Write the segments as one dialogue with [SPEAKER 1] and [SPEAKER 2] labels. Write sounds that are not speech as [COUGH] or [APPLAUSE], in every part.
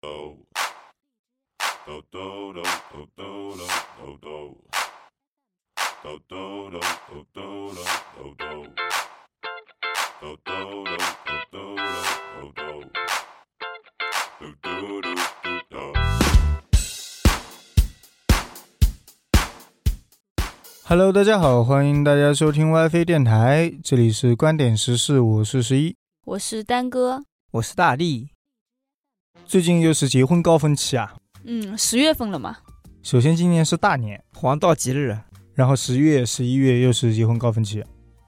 [SPEAKER 1] do do do do do do do do do do do do do do do do do do do do do do do do do do
[SPEAKER 2] Hello，大家好，欢迎大家收听 WiFi 电台，这里是观点时事，我是十一。
[SPEAKER 3] 我是丹哥。
[SPEAKER 4] 我是大力，
[SPEAKER 2] 最近又是结婚高峰期啊，
[SPEAKER 3] 嗯，十月份了嘛，
[SPEAKER 2] 首先今年是大年，
[SPEAKER 4] 黄道吉日，
[SPEAKER 2] 然后十月、十一月又是结婚高峰期，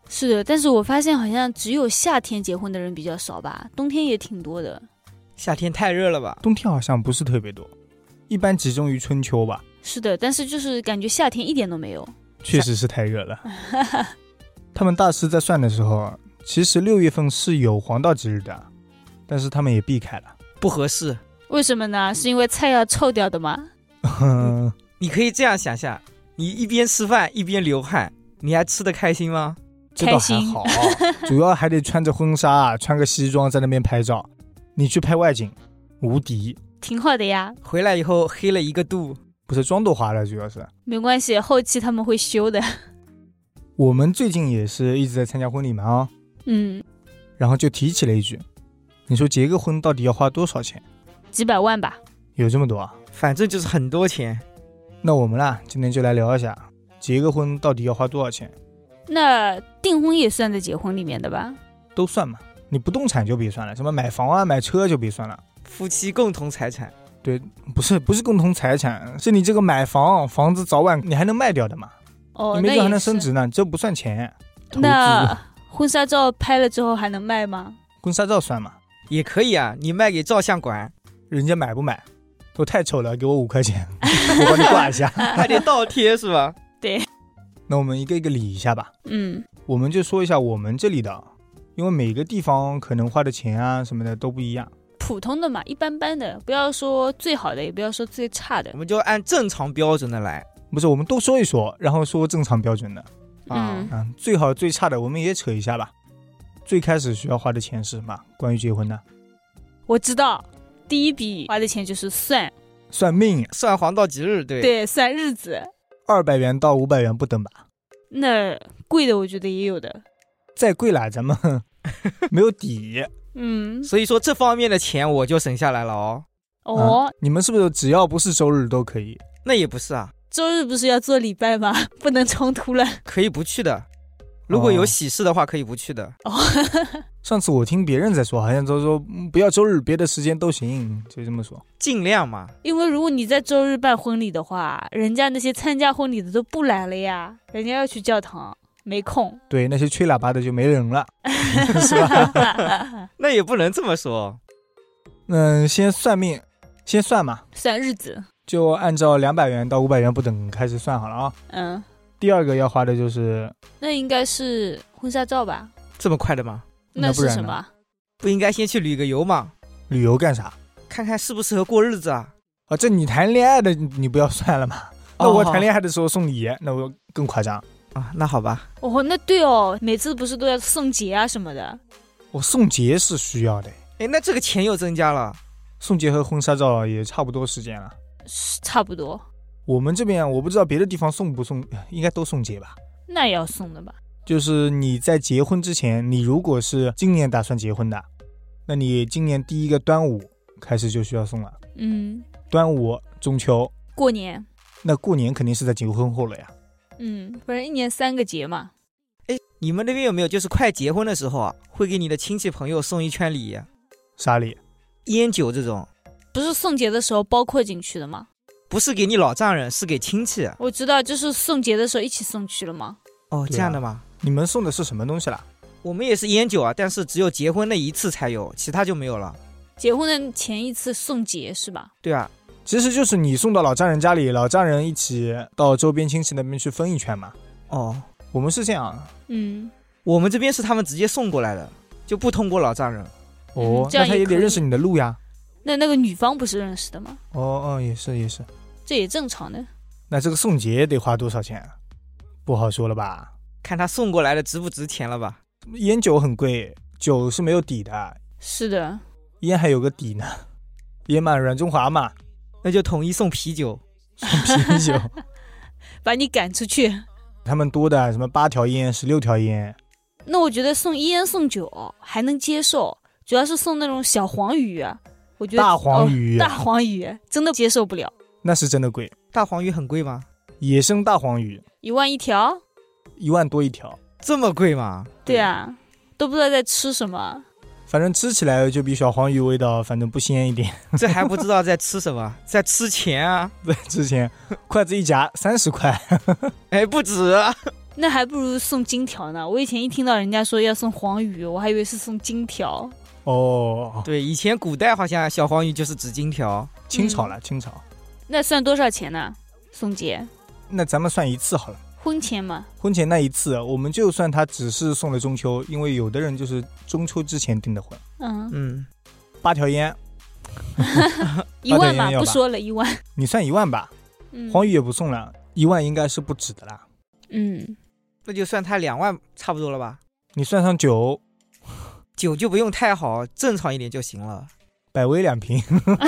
[SPEAKER 3] 是的，但是我发现好像只有夏天结婚的人比较少吧，冬天也挺多的。
[SPEAKER 4] 夏天太热了吧？
[SPEAKER 2] 冬天好像不是特别多，一般集中于春秋吧，
[SPEAKER 3] 是的，但是就是感觉夏天一点都没有。 [LAUGHS]
[SPEAKER 2] 确实是太热了。他们大师在算的时候啊，其实六月份是有黄道吉日的，但是他们也避开了。
[SPEAKER 4] 不合适。
[SPEAKER 3] 为什么呢？是因为菜要臭掉的吗？嗯
[SPEAKER 4] 你可以这样想象，你一边吃饭一边流汗，你还吃得开心吗？
[SPEAKER 2] [LAUGHS] 这倒
[SPEAKER 3] 开
[SPEAKER 2] 还
[SPEAKER 3] 心 [LAUGHS]
[SPEAKER 2] 好，啊 [LAUGHS] 主要还得穿着婚纱、啊，穿个西装在那边拍照。你去拍外景，无敌，
[SPEAKER 3] 挺好的呀，
[SPEAKER 4] 回来以后黑了一个度，
[SPEAKER 2] 不是妆都花了，主要是。
[SPEAKER 3] 没关系，后期他们会修的。 [LAUGHS]
[SPEAKER 2] 我们最近也是一直在参加婚礼嘛啊、
[SPEAKER 3] 嗯，
[SPEAKER 2] 然后就提起了一句，你说结个婚到底要花多少钱？
[SPEAKER 3] 几百万吧。
[SPEAKER 2] 有这么多啊？
[SPEAKER 4] 反正就是很多钱。
[SPEAKER 2] 那我们啦，今天就来聊一下，结个婚到底要花多少钱，
[SPEAKER 3] 那订婚也算在结婚里面的吧？
[SPEAKER 2] 都算嘛。你不动产就别算了，什么买房啊、买车就别算了。
[SPEAKER 4] 夫妻共同财产，
[SPEAKER 2] 不是，不是共同财产，是你这个买房，房子早晚你还能卖掉的嘛，
[SPEAKER 3] 哦，
[SPEAKER 2] 你没
[SPEAKER 3] 那
[SPEAKER 2] 准还
[SPEAKER 3] 也
[SPEAKER 2] 能
[SPEAKER 3] 是
[SPEAKER 2] 升。值呢，这不算钱。投资
[SPEAKER 3] 那婚纱照拍了之后还能卖吗？
[SPEAKER 2] 婚纱照算嘛？
[SPEAKER 4] 也可以啊，你卖给照相馆，
[SPEAKER 2] 人家买不买？我太丑了，给我五块钱， [LAUGHS] 我帮你挂一下。
[SPEAKER 4] 还得倒贴是吧？
[SPEAKER 2] 那我们一个一个理一下吧，
[SPEAKER 3] 嗯，
[SPEAKER 2] 我们就说一下我们这里的，因为每个地方可能花的钱啊什么的都不一样。
[SPEAKER 3] 普通的嘛，一般般的，不要说最好的，也不要说最差的
[SPEAKER 4] 我。们就按正常标准的来
[SPEAKER 2] 不是，我们都说一说，然后说正常标准的，
[SPEAKER 4] 啊。
[SPEAKER 3] 嗯
[SPEAKER 2] 嗯，最好最差的我们也扯一下吧。最开始需要花的钱是什么？关于结婚的，
[SPEAKER 3] 我知道，第一笔花的钱就是算，
[SPEAKER 2] 算命，
[SPEAKER 4] 算黄道吉日，对，
[SPEAKER 3] 对，算日子。
[SPEAKER 2] 二百元到五百元不等吧？
[SPEAKER 3] 那贵的我觉得也有的，
[SPEAKER 2] 再贵了咱们 [LAUGHS] 没有底。啊
[SPEAKER 3] 嗯，
[SPEAKER 4] 所以说这方面的钱我就省下来了哦。
[SPEAKER 3] 哦
[SPEAKER 2] 嗯，你们是不是只要不是周日都可以？
[SPEAKER 4] 那也不是啊，
[SPEAKER 3] 周日不是要做礼拜吗？ [LAUGHS] 不能冲突了。
[SPEAKER 4] 可以不去的。如果有
[SPEAKER 2] 哦
[SPEAKER 4] 喜事的话，可以不去的。
[SPEAKER 3] 哦， [LAUGHS]
[SPEAKER 2] 上次我听别人在说，好像都说、嗯不要周日，别的时间都行，就这么说。
[SPEAKER 4] 尽量嘛，
[SPEAKER 3] 因为如果你在周日办婚礼的话，人家那些参加婚礼的都不来了呀，人家要去教堂，没空。
[SPEAKER 2] 对，那些吹喇叭的就没人了， [LAUGHS] 是吧？
[SPEAKER 4] 那也不能这么说。
[SPEAKER 2] 嗯，先算命，先算嘛，
[SPEAKER 3] [LAUGHS] 算日子，
[SPEAKER 2] 就按照两百元到五百元不等开始算好了啊。
[SPEAKER 3] 嗯，
[SPEAKER 2] 第二个要花的就是，
[SPEAKER 3] 那应该是婚纱照吧？
[SPEAKER 4] 这么快的吗？
[SPEAKER 2] 那不
[SPEAKER 3] 是
[SPEAKER 2] 然
[SPEAKER 3] 什
[SPEAKER 2] 呢
[SPEAKER 3] 么？
[SPEAKER 4] 不应该先去旅个游吗？
[SPEAKER 2] 旅游干啥？
[SPEAKER 4] 看看适不适合过日子啊？
[SPEAKER 2] 啊，这你谈恋爱的你你不要算了嘛。那我谈
[SPEAKER 4] 爱
[SPEAKER 2] 恋爱的时候送礼，那我更夸张，
[SPEAKER 4] 哦啊？那好吧，
[SPEAKER 3] 哦，那对哦，每次不是都要送节啊什么的，
[SPEAKER 2] 我送节是需要的，
[SPEAKER 4] 哎，那这个钱又增加了。
[SPEAKER 2] 送节和婚纱照也差不多时间了。
[SPEAKER 3] 是差不多，
[SPEAKER 2] 我们这边我不知道别的地方送不送，应该都送节吧。
[SPEAKER 3] 那也要送的吧？
[SPEAKER 2] 就是你在结婚之前，你如果是今年打算结婚的，那你今年第一个端午开始就需要送了。
[SPEAKER 3] 嗯，
[SPEAKER 2] 端午、中秋，
[SPEAKER 3] 过年，
[SPEAKER 2] 那过年肯定是在结婚后了呀。
[SPEAKER 3] 嗯，反正一年三个节嘛。
[SPEAKER 4] 哎，你们那边有没有就是快结婚的时候啊，会给你的亲戚朋友送一圈礼、
[SPEAKER 2] 啥礼？
[SPEAKER 4] 烟酒这种？
[SPEAKER 3] 不是送节的时候包括进去的吗？
[SPEAKER 4] 不是给你老丈人，是给亲戚。
[SPEAKER 3] 我知道，就是送节的时候一起送去了吗？
[SPEAKER 4] 哦，
[SPEAKER 2] 对啊
[SPEAKER 4] 这样的吗？
[SPEAKER 2] 你们送的是什么东西啦？
[SPEAKER 4] 我们也是烟酒啊，但是只有结婚那一次才有，其他就没有了。
[SPEAKER 3] 结婚的前一次送节是吧？
[SPEAKER 4] 对啊，
[SPEAKER 2] 其实就是你送到老丈人家里，老丈人一起到周边亲戚那边去分一圈嘛。
[SPEAKER 4] 哦，
[SPEAKER 2] 我们是这样啊
[SPEAKER 3] 嗯，
[SPEAKER 4] 我们这边是他们直接送过来的，就不通过老丈人。
[SPEAKER 2] 哦
[SPEAKER 3] 嗯，这
[SPEAKER 2] 那
[SPEAKER 3] 样
[SPEAKER 2] 他
[SPEAKER 3] 也
[SPEAKER 2] 也得
[SPEAKER 3] 可以
[SPEAKER 2] 认识你的路呀。
[SPEAKER 3] 那那个女方不是认识的吗？
[SPEAKER 2] 哦哦，也是也是。
[SPEAKER 3] 这也正常的。
[SPEAKER 2] 那这个送节得花多少钱啊？不好说了吧？
[SPEAKER 4] 看他送过来的值不值钱了吧？
[SPEAKER 2] 烟酒很贵，酒是没有底的，
[SPEAKER 3] 是的，
[SPEAKER 2] 烟还有个底呢。也满阮中华嘛，
[SPEAKER 4] 那就统一送啤酒。
[SPEAKER 2] 啤
[SPEAKER 3] [LAUGHS]
[SPEAKER 2] 酒，
[SPEAKER 3] 把你赶出去。
[SPEAKER 2] 他们多的啊什么八条烟、十六条烟，
[SPEAKER 3] 那我觉得送烟送酒还能接受，主要是送那种小黄鱼啊，我觉得
[SPEAKER 2] 大黄鱼啊
[SPEAKER 3] 哦大黄鱼真的接受不了，
[SPEAKER 2] 那是真的贵。
[SPEAKER 4] 大黄鱼很贵吗？
[SPEAKER 2] 野生大黄鱼
[SPEAKER 3] 一万一条。
[SPEAKER 2] 一万多一条，
[SPEAKER 4] 这么贵吗？
[SPEAKER 3] 对啊，都不知道在吃什么。
[SPEAKER 2] 反正吃起来就比小黄鱼味道反正不鲜一点。
[SPEAKER 4] [LAUGHS]
[SPEAKER 2] [LAUGHS]
[SPEAKER 4] 这还不知道在吃什么，在吃钱啊！
[SPEAKER 2] 在之前筷子一夹三十块，
[SPEAKER 4] 哎，不止啊，
[SPEAKER 3] 那还不如送金条呢。我以前一听到人家说要送黄鱼，我还以为是送金条。
[SPEAKER 2] 哦，
[SPEAKER 4] 对，以前古代好像小黄鱼就是纸巾条，
[SPEAKER 2] 清朝了，清朝。
[SPEAKER 3] 那算多少钱呢？宋姐，
[SPEAKER 2] 那咱们算一次好了，
[SPEAKER 3] 婚前嘛，
[SPEAKER 2] 婚前那一次，我们就算他只是送了中秋，因为有的人就是中秋之前订的婚，
[SPEAKER 3] 嗯，
[SPEAKER 4] 嗯，
[SPEAKER 2] 八条烟，
[SPEAKER 3] 一万
[SPEAKER 2] 八
[SPEAKER 3] 嘛，
[SPEAKER 2] 百元
[SPEAKER 3] 不
[SPEAKER 2] 要吧
[SPEAKER 3] 说了，一万。
[SPEAKER 2] 你算一万吧，
[SPEAKER 3] 嗯
[SPEAKER 2] 黄鱼也不送了，一万应该是不止的啦。
[SPEAKER 3] 嗯，
[SPEAKER 4] 那就算他两万差不多了吧？
[SPEAKER 2] 你算上酒，
[SPEAKER 4] 酒就不用太好，正常一点就行了。
[SPEAKER 2] 百威两瓶， [LAUGHS]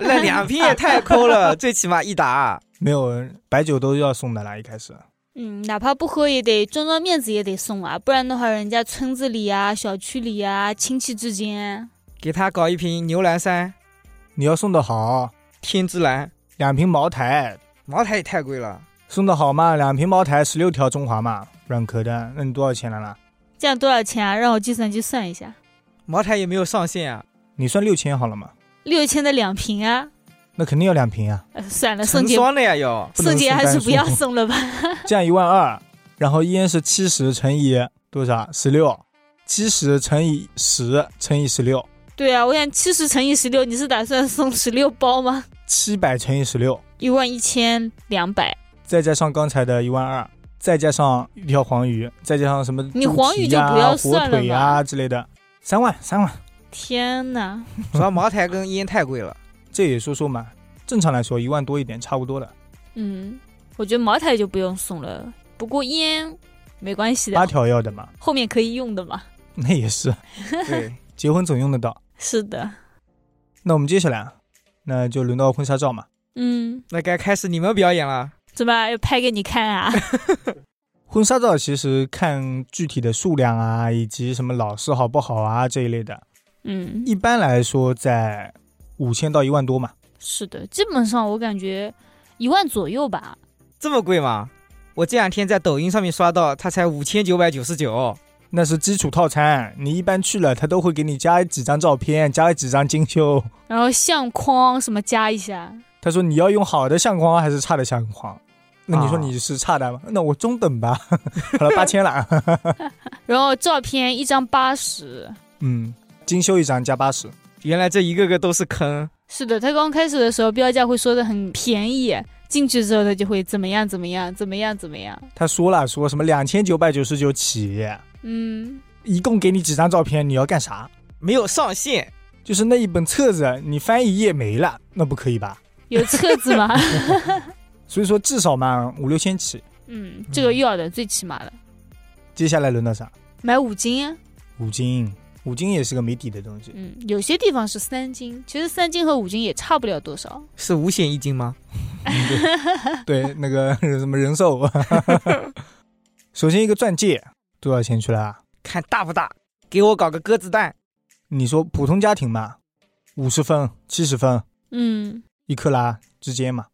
[SPEAKER 4] 那两瓶也太
[SPEAKER 3] [LAUGHS]
[SPEAKER 4] 抠了，最起码一打。
[SPEAKER 2] 没有白酒都要送的啦，一开始。
[SPEAKER 3] 嗯，哪怕不喝也得装装面子，也得送啊，不然的话，人家村子里啊、小区里啊、亲戚之间，
[SPEAKER 4] 给他搞一瓶牛栏山、
[SPEAKER 2] 你要送的好，
[SPEAKER 4] 天之蓝，
[SPEAKER 2] 两瓶茅台
[SPEAKER 4] 茅台也太贵了。
[SPEAKER 2] 送的好嘛，两瓶茅台十六条中华嘛，软壳的，那你多少钱了啦？
[SPEAKER 3] 这样多少钱啊？让我计算机算一下，
[SPEAKER 4] 茅台也没有上限啊，
[SPEAKER 2] 你算六千好了嘛，
[SPEAKER 3] 六千的两瓶啊。
[SPEAKER 2] 那肯定要两瓶啊，
[SPEAKER 3] 呃、算了，宋
[SPEAKER 4] 成
[SPEAKER 3] 姐，
[SPEAKER 4] 双的呀要。
[SPEAKER 2] 不能
[SPEAKER 3] 宋姐
[SPEAKER 2] 送
[SPEAKER 3] 还
[SPEAKER 2] 单
[SPEAKER 3] 是不要
[SPEAKER 2] 数
[SPEAKER 3] 送了吧。
[SPEAKER 2] [LAUGHS]
[SPEAKER 3] [LAUGHS]
[SPEAKER 2] 这样一万二，然后烟是七十乘以多少？十六，七十乘以十乘以十六，
[SPEAKER 3] 对啊，我想七十乘以十六，你是打算送十六包吗？
[SPEAKER 2] 七百乘以十六，
[SPEAKER 3] 一万一千两百，
[SPEAKER 2] 再加上刚才的一万二，再加上一条黄鱼，再加上什么、
[SPEAKER 3] 你黄鱼就不要算
[SPEAKER 2] 火
[SPEAKER 3] 了
[SPEAKER 2] 腿呀、
[SPEAKER 3] 吧
[SPEAKER 2] 之类的，三万三万，
[SPEAKER 3] 天哪！
[SPEAKER 4] 主要茅台跟烟太
[SPEAKER 3] [LAUGHS]
[SPEAKER 4] 贵了。
[SPEAKER 2] 这也说说嘛。正常来说一万多一点差不多的，
[SPEAKER 3] 嗯，我觉得茅台就不用送了，不过烟没关系
[SPEAKER 2] 八
[SPEAKER 3] 的，
[SPEAKER 2] 条要的嘛，
[SPEAKER 3] 后面可以用的嘛。
[SPEAKER 2] 那也是
[SPEAKER 4] 对，
[SPEAKER 2] 结婚总用得到。
[SPEAKER 3] 是的，
[SPEAKER 2] 那我们接下来啊，那就轮到婚纱照嘛。
[SPEAKER 3] 嗯，
[SPEAKER 4] 那该开始你们表演了。
[SPEAKER 3] 怎么要拍给你看啊？
[SPEAKER 2] 婚纱照其实看具体的数量啊，以及什么老师好不好啊这一类的，
[SPEAKER 3] 嗯，
[SPEAKER 2] 一般来说在五千到一万多嘛。
[SPEAKER 3] 是的，基本上我感觉一万左右吧。
[SPEAKER 4] 这么贵吗？我这两天在抖音上面刷到，它才五千九百九十九。
[SPEAKER 2] 那是基础套餐，你一般去了，他都会给你加几张照片，加几张精修。
[SPEAKER 3] 然后相框什么加一下，
[SPEAKER 2] 他说你要用好的相框还是差的相框？那你说
[SPEAKER 4] 啊
[SPEAKER 2] 你是差的吗？那我中等吧。 [LAUGHS] 好了，八千了。啊
[SPEAKER 3] 然后照片一张八十。
[SPEAKER 2] 嗯，精修一张加八十。
[SPEAKER 4] 原来这一个个都是坑。
[SPEAKER 3] 是的，他刚开始的时候标价会说的很便宜，进去之后他就会怎么样怎么样怎么样怎么样。
[SPEAKER 2] 他说了，说什么两千九百九十九起，
[SPEAKER 3] 嗯，
[SPEAKER 2] 一共给你几张照片，你要干啥？
[SPEAKER 4] 没有上限，
[SPEAKER 2] 就是那一本册子，你翻一页没了，那不可以吧？
[SPEAKER 3] 有册子吗？
[SPEAKER 2] 所以说至少嘛五六千起。
[SPEAKER 3] 嗯，这个要的最起码的，
[SPEAKER 2] 接下来轮到啥？
[SPEAKER 3] 买五斤啊。
[SPEAKER 2] 五金，五金也是个没底的
[SPEAKER 3] [LAUGHS]
[SPEAKER 2] 东西。
[SPEAKER 3] 嗯，有些地方是三斤，其实三斤和五斤也差不了多少。
[SPEAKER 4] 是五险一金吗？
[SPEAKER 2] 对，那个 [LAUGHS] 什么人寿。首先一个钻戒多少钱去了啊？
[SPEAKER 4] 看大不大，给我搞个鸽子蛋，
[SPEAKER 2] 你说普通家庭嘛，五十分、七十分
[SPEAKER 3] 嗯，
[SPEAKER 2] 一克拉之间嘛，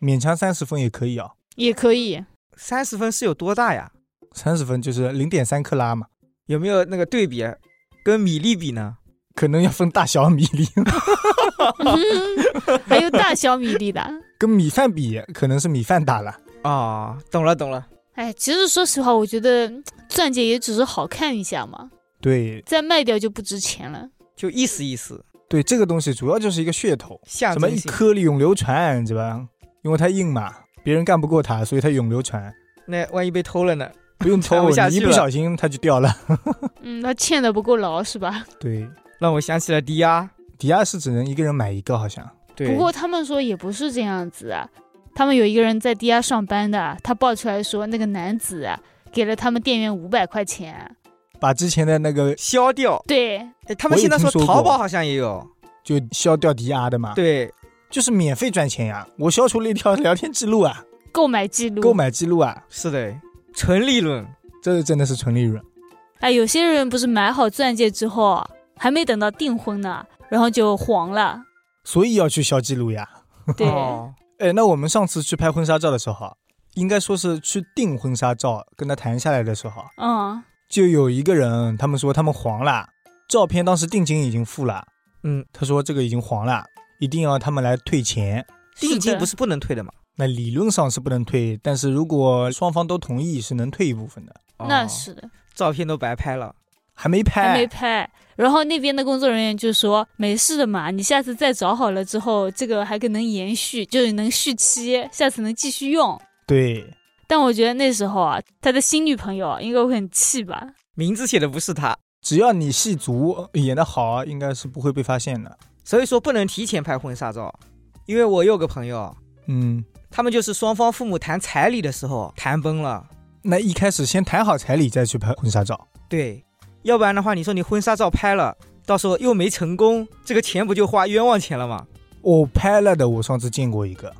[SPEAKER 2] 勉强三十分也可以啊、
[SPEAKER 3] 也可 [LAUGHS] 以。
[SPEAKER 4] 三十分是有多大呀？
[SPEAKER 2] 三十分就是零点三克拉嘛，
[SPEAKER 4] 有没有那个对比？啊跟米粒比呢？
[SPEAKER 2] 可能要分大小米粒，
[SPEAKER 3] 嗯还有大小米粒的。
[SPEAKER 2] 跟米饭比可能是米饭大了。
[SPEAKER 4] 哦，懂了懂了，
[SPEAKER 3] 哎，其实说实话，我觉得嗯钻戒也只是好看一下嘛，
[SPEAKER 2] 对
[SPEAKER 3] 再卖掉就不值钱了。
[SPEAKER 4] 就意思意思，
[SPEAKER 2] 对，这个东西主要就是一个噱头。
[SPEAKER 4] 象
[SPEAKER 2] 什么
[SPEAKER 4] 征
[SPEAKER 2] 一
[SPEAKER 4] 性。
[SPEAKER 2] 颗粒永流传，对吧？因为它硬嘛，别人干不过它，所以它永流传。
[SPEAKER 4] 那万一被偷了呢？
[SPEAKER 2] 不
[SPEAKER 4] [LAUGHS]
[SPEAKER 2] 用
[SPEAKER 4] 传
[SPEAKER 2] 偷，
[SPEAKER 4] 不下
[SPEAKER 2] 你一
[SPEAKER 4] 去
[SPEAKER 2] 不
[SPEAKER 4] 了
[SPEAKER 2] 小心它就掉了。
[SPEAKER 3] 嗯，他欠的不够牢是吧？
[SPEAKER 2] 对，
[SPEAKER 4] 让我想起了迪亚。
[SPEAKER 2] 抵押是只能一个人买一个，好像。
[SPEAKER 4] 对，
[SPEAKER 3] 不过他们说也不是这样子啊，他们有一个人在 DR 上班的，啊他爆出来说那个男子啊给了他们店员五百块钱，啊
[SPEAKER 2] 把之前的那个
[SPEAKER 4] 消掉。
[SPEAKER 3] 对，
[SPEAKER 4] 哎，他们现在
[SPEAKER 2] 我也听说过
[SPEAKER 4] 淘宝好像也有，
[SPEAKER 2] 就消掉抵押的嘛，，
[SPEAKER 4] 对，
[SPEAKER 2] 就是免费赚钱呀。我消除了一条 [LAUGHS] 聊天记录啊，
[SPEAKER 3] 购买记
[SPEAKER 4] 嗯
[SPEAKER 3] 录，
[SPEAKER 2] 购买记录啊，
[SPEAKER 4] 是的，纯利润。
[SPEAKER 2] 这真的是纯利润。
[SPEAKER 3] 哎，有些人不是买好钻戒之后啊，还没等到订婚呢，然后就黄了。
[SPEAKER 2] 所以要去消记录呀。
[SPEAKER 3] 对，
[SPEAKER 4] 哦
[SPEAKER 2] 哎，那我们上次去拍婚纱照的时候，啊应该说是去订婚纱照，跟他谈下来的时候，啊
[SPEAKER 3] 嗯，
[SPEAKER 2] 就有一个人，他们说他们黄了，照片当时定金已经付了，
[SPEAKER 4] 嗯，
[SPEAKER 2] 他说这个已经黄了，一定要他们来退钱。
[SPEAKER 4] 定金
[SPEAKER 3] 的
[SPEAKER 4] 不是不能退的嘛？
[SPEAKER 2] 那理论上是不能退，但是如果双方都同意，是能退一部分的。
[SPEAKER 3] 那
[SPEAKER 4] 哦
[SPEAKER 3] 是的，
[SPEAKER 4] 照片都白拍了。
[SPEAKER 2] 还没拍，
[SPEAKER 3] 还没拍。然后那边的工作人员就说：“没事的嘛，你下次再找好了之后，这个还可能延续，就是能续期，下次能继续用。
[SPEAKER 2] 对，”
[SPEAKER 3] 但我觉得那时候啊，他的新女朋友应该会很气吧？
[SPEAKER 4] 名字写的不是他，
[SPEAKER 2] 只要你戏足呃演得好，应该是不会被发现的。
[SPEAKER 4] 所以说不能提前拍婚纱照。因为我有个朋友，
[SPEAKER 2] 嗯，
[SPEAKER 4] 他们就是双方父母谈彩礼的时候谈崩了，
[SPEAKER 2] 那一开始先谈好彩礼，再去拍婚纱照。
[SPEAKER 4] 对，要不然的话，你说你婚纱照拍了，到时候又没成功，这个钱不就花冤枉钱了吗？
[SPEAKER 2] 我拍了的，我上次见过一个，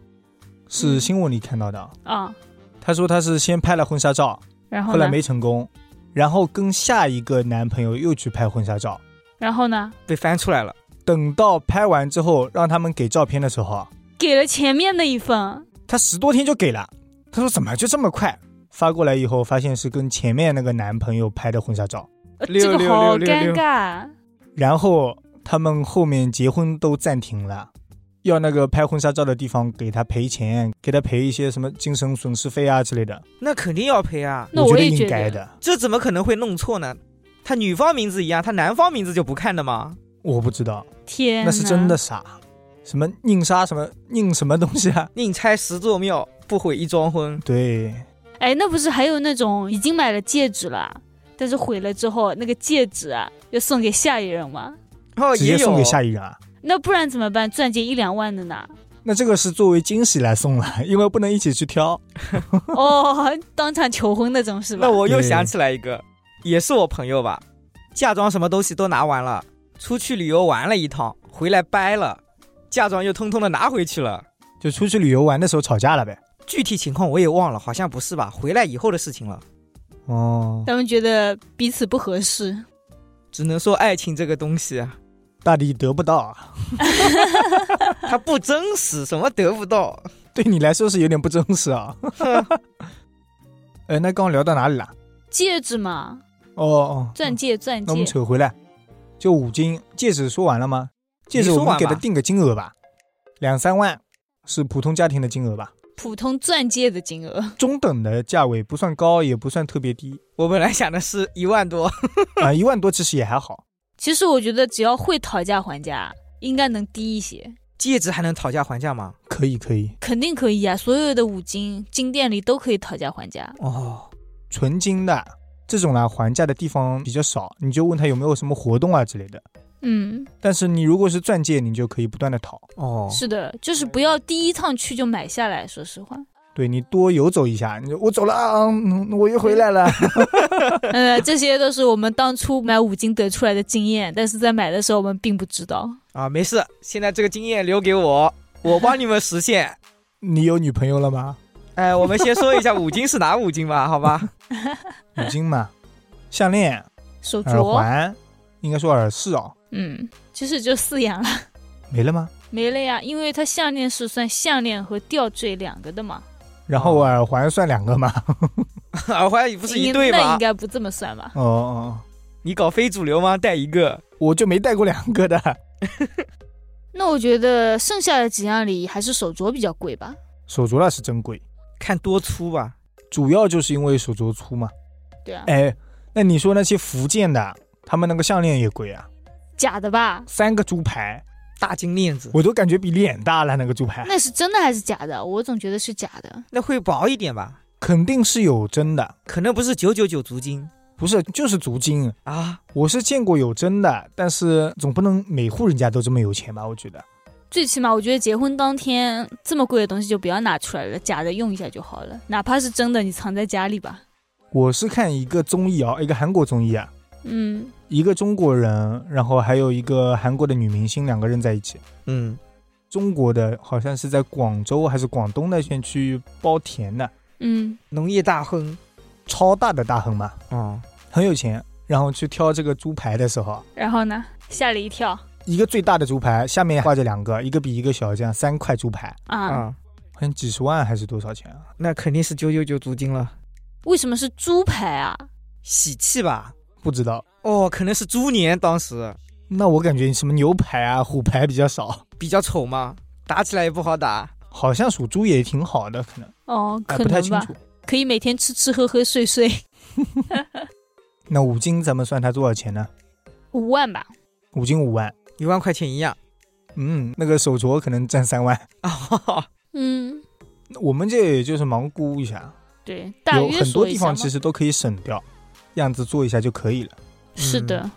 [SPEAKER 2] 是
[SPEAKER 3] 嗯
[SPEAKER 2] 新闻里看到的。
[SPEAKER 3] 啊、
[SPEAKER 2] 他说他是先拍了婚纱照，
[SPEAKER 3] 然后
[SPEAKER 2] 后来
[SPEAKER 3] 呢？
[SPEAKER 2] 没成功，然后跟下一个男朋友又去拍婚纱照。
[SPEAKER 3] 然后呢？
[SPEAKER 4] 被翻出来了，
[SPEAKER 2] 等到拍完之后，让他们给照片的时候，啊
[SPEAKER 3] 给了前面那一份，
[SPEAKER 2] 他十多天就给了。他说怎么就这么快？发过来以后，发现是跟前面那个男朋友拍的婚纱照。
[SPEAKER 3] 呃
[SPEAKER 4] 六
[SPEAKER 3] 这个
[SPEAKER 4] 六
[SPEAKER 3] 好
[SPEAKER 4] 六六
[SPEAKER 3] 尴
[SPEAKER 4] 六
[SPEAKER 3] 尬。
[SPEAKER 2] 然后他们后面结婚都暂停了，要那个拍婚纱照的地方给他赔钱，给他赔一些什么精神损失费啊之类的。
[SPEAKER 4] 那肯定要赔啊，
[SPEAKER 3] 那
[SPEAKER 2] 觉
[SPEAKER 3] 我
[SPEAKER 2] 得
[SPEAKER 3] 也觉
[SPEAKER 2] 应
[SPEAKER 3] 得
[SPEAKER 2] 该的，
[SPEAKER 4] 这怎么可能会弄错呢？他女方名字一样，他男方名字就不看的吗？
[SPEAKER 2] 我不知道，
[SPEAKER 3] 天，
[SPEAKER 2] 那是真的。傻。什么宁杀什么宁什么东西啊？
[SPEAKER 4] 宁拆十座庙，不毁一桩婚。
[SPEAKER 2] 对，
[SPEAKER 3] 哎，那不是还有那种已经买了戒指了，但是毁了之后，那个戒指啊，要送给下一任吗？
[SPEAKER 4] 哦，
[SPEAKER 2] 直
[SPEAKER 4] 也
[SPEAKER 2] 接送
[SPEAKER 4] 有
[SPEAKER 2] 给下一人啊。
[SPEAKER 3] 那不然怎么办？钻戒一两万的呢？
[SPEAKER 2] 那这个是作为惊喜来送了， [LAUGHS] 因为不能一起去挑。
[SPEAKER 3] 哦，当场求婚那种是吧
[SPEAKER 4] 那？我又
[SPEAKER 2] 对
[SPEAKER 4] 想起来一个，也是我朋友吧，嫁妆什么东西都拿完了，出去旅游玩了一趟，回来掰了，嫁妆又通通的拿回去了。
[SPEAKER 2] 就出去旅游玩的时候吵架了呗。
[SPEAKER 4] 具体情况我也忘了，好像不是吧？回来以后的事情了，
[SPEAKER 2] 哦，
[SPEAKER 3] 他们觉得彼此不合适，
[SPEAKER 4] 只能说爱情这个东西啊，
[SPEAKER 2] 大抵得不到，啊， [LAUGHS]
[SPEAKER 4] 它不真实，什么得不到。
[SPEAKER 2] 对你来说是有点不真实啊。 [LAUGHS] 哎，那刚刚聊到哪里了？
[SPEAKER 3] 戒指嘛，
[SPEAKER 2] 哦哦，
[SPEAKER 3] 钻戒，钻
[SPEAKER 2] 那我
[SPEAKER 3] 戒
[SPEAKER 2] 们。扯回来，就五金戒指说完了吗？戒指我们给他定个金额吧，两三万是普通家庭的金额吧，
[SPEAKER 3] 普通钻戒的金额，
[SPEAKER 2] 中等的价位，不算高也不算特别低
[SPEAKER 4] 我本来想的是一万多，
[SPEAKER 2] 啊、一万多其实也还好。
[SPEAKER 3] 其实我觉得只要会讨价还价，应该能低一些，
[SPEAKER 4] 戒指还能讨价还价吗？
[SPEAKER 2] [LAUGHS] 可以可以，
[SPEAKER 3] 肯定可以啊！所有的五金金店里都可以讨价还价。
[SPEAKER 4] 哦，
[SPEAKER 2] 纯金的这种呢，还价的地方比较少，你就问他有没有什么活动啊之类的。
[SPEAKER 3] 嗯，
[SPEAKER 2] 但是你如果是钻戒，你就可以不断的讨，
[SPEAKER 4] 哦，
[SPEAKER 3] 是的，就是不要第一趟去就买下来。说实话，
[SPEAKER 2] 对你多游走一下，你就我走了啊，嗯我又回来了。
[SPEAKER 3] [LAUGHS] 呃，这些都是我们当初买五金得出来的经验，但是在买的时候我们并不知道。
[SPEAKER 4] 啊，没事，现在这个经验留给我，我帮你们实现。
[SPEAKER 2] [LAUGHS]
[SPEAKER 4] [LAUGHS]
[SPEAKER 2] 你有女朋友了吗？
[SPEAKER 4] 哎，我们先说一下五金是哪五金吧，好吧？ [LAUGHS]
[SPEAKER 2] 五金嘛，项链、
[SPEAKER 3] 手
[SPEAKER 2] 耳
[SPEAKER 3] 镯，
[SPEAKER 2] 环，应该说耳饰哦，
[SPEAKER 3] 嗯，其实就四样了，
[SPEAKER 2] 没了吗？
[SPEAKER 3] 没了呀，因为它项链是算项链和吊坠两个的嘛，
[SPEAKER 2] 然后我耳环算两个嘛？
[SPEAKER 4] 耳环不
[SPEAKER 3] 不
[SPEAKER 4] 是一对
[SPEAKER 3] 那
[SPEAKER 4] 吗
[SPEAKER 3] 应？该不这么算吧？
[SPEAKER 2] 哦哦，
[SPEAKER 4] 你搞非主流吗？带一个
[SPEAKER 2] 哦我就没戴过两个的。
[SPEAKER 3] 那我觉得剩下的几样里还是手镯比较贵吧。
[SPEAKER 2] 手镯那是真贵，
[SPEAKER 4] 看多粗吧。
[SPEAKER 2] 主要就是因为手镯粗嘛。
[SPEAKER 3] 对啊，
[SPEAKER 2] 哎，那你说那些福建的，他们那个项链也贵啊，
[SPEAKER 3] 假的吧？
[SPEAKER 2] 三个猪排，
[SPEAKER 4] 大金链子，
[SPEAKER 2] 我都感觉比脸大了那个猪排，
[SPEAKER 3] 那是真的还是假的？我总觉得是假的。
[SPEAKER 4] 那会薄一点吧？
[SPEAKER 2] 肯定是有真的，
[SPEAKER 4] 可能不是九九九足金
[SPEAKER 2] 不是就是足金。
[SPEAKER 4] 啊，
[SPEAKER 2] 我是见过有真的，但是总不能每户人家都这么有钱吧？我觉得
[SPEAKER 3] 最起码我觉得结婚当天这么贵的东西就不要拿出来了，假的用一下就好了。哪怕是真的，你藏在家里吧。
[SPEAKER 2] 我是看一个综艺啊、一个韩国综艺啊，
[SPEAKER 3] 嗯
[SPEAKER 2] 一个中国人，然后还有一个韩国的女明星，两个人在一起。
[SPEAKER 4] 嗯，
[SPEAKER 2] 中国的好像是在广州还是广东那片区域包田的，
[SPEAKER 3] 嗯
[SPEAKER 4] 农业大亨
[SPEAKER 2] 超大的大亨嘛，
[SPEAKER 4] 啊、
[SPEAKER 2] 很有钱。然后去挑这个猪排的时候，
[SPEAKER 3] 然后呢？吓了一跳
[SPEAKER 2] 一个最大的猪排下面挂着两个，一个比一个小，这样三块猪排，
[SPEAKER 3] 啊！
[SPEAKER 4] 啊，
[SPEAKER 2] 好像几十万还是多少钱啊？
[SPEAKER 4] 那肯定是九九九租金了，
[SPEAKER 3] 为什么是猪排啊？
[SPEAKER 4] 喜气吧？
[SPEAKER 2] 不知道。
[SPEAKER 4] 哦，可能是猪年当时
[SPEAKER 2] 那我感觉什么牛排啊、虎排比较少，
[SPEAKER 4] 比较丑嘛，打起来也不好打。
[SPEAKER 2] 好像属猪也挺好的，可能
[SPEAKER 3] 哦，
[SPEAKER 2] 哎
[SPEAKER 3] 可
[SPEAKER 2] 不太
[SPEAKER 3] 能
[SPEAKER 2] 清
[SPEAKER 3] 吧，
[SPEAKER 2] 楚。
[SPEAKER 3] 可以每天吃吃喝喝睡睡，
[SPEAKER 2] 那五斤咱们算它多少钱呢？
[SPEAKER 3] 五万吧。
[SPEAKER 2] 五斤五万，
[SPEAKER 4] 一万块钱一样 [LAUGHS]
[SPEAKER 2] 嗯，那个手镯可能占三万。
[SPEAKER 4] 啊、
[SPEAKER 3] 嗯，
[SPEAKER 2] 我们这也就是盲估一下，
[SPEAKER 3] 对，大
[SPEAKER 2] 有
[SPEAKER 3] 约
[SPEAKER 2] 很
[SPEAKER 3] 说
[SPEAKER 2] 多
[SPEAKER 3] 一
[SPEAKER 2] 地
[SPEAKER 3] 下
[SPEAKER 2] 方
[SPEAKER 3] 嘛。
[SPEAKER 2] 其实都可以省掉，样子做一下就可以了。
[SPEAKER 3] 是的，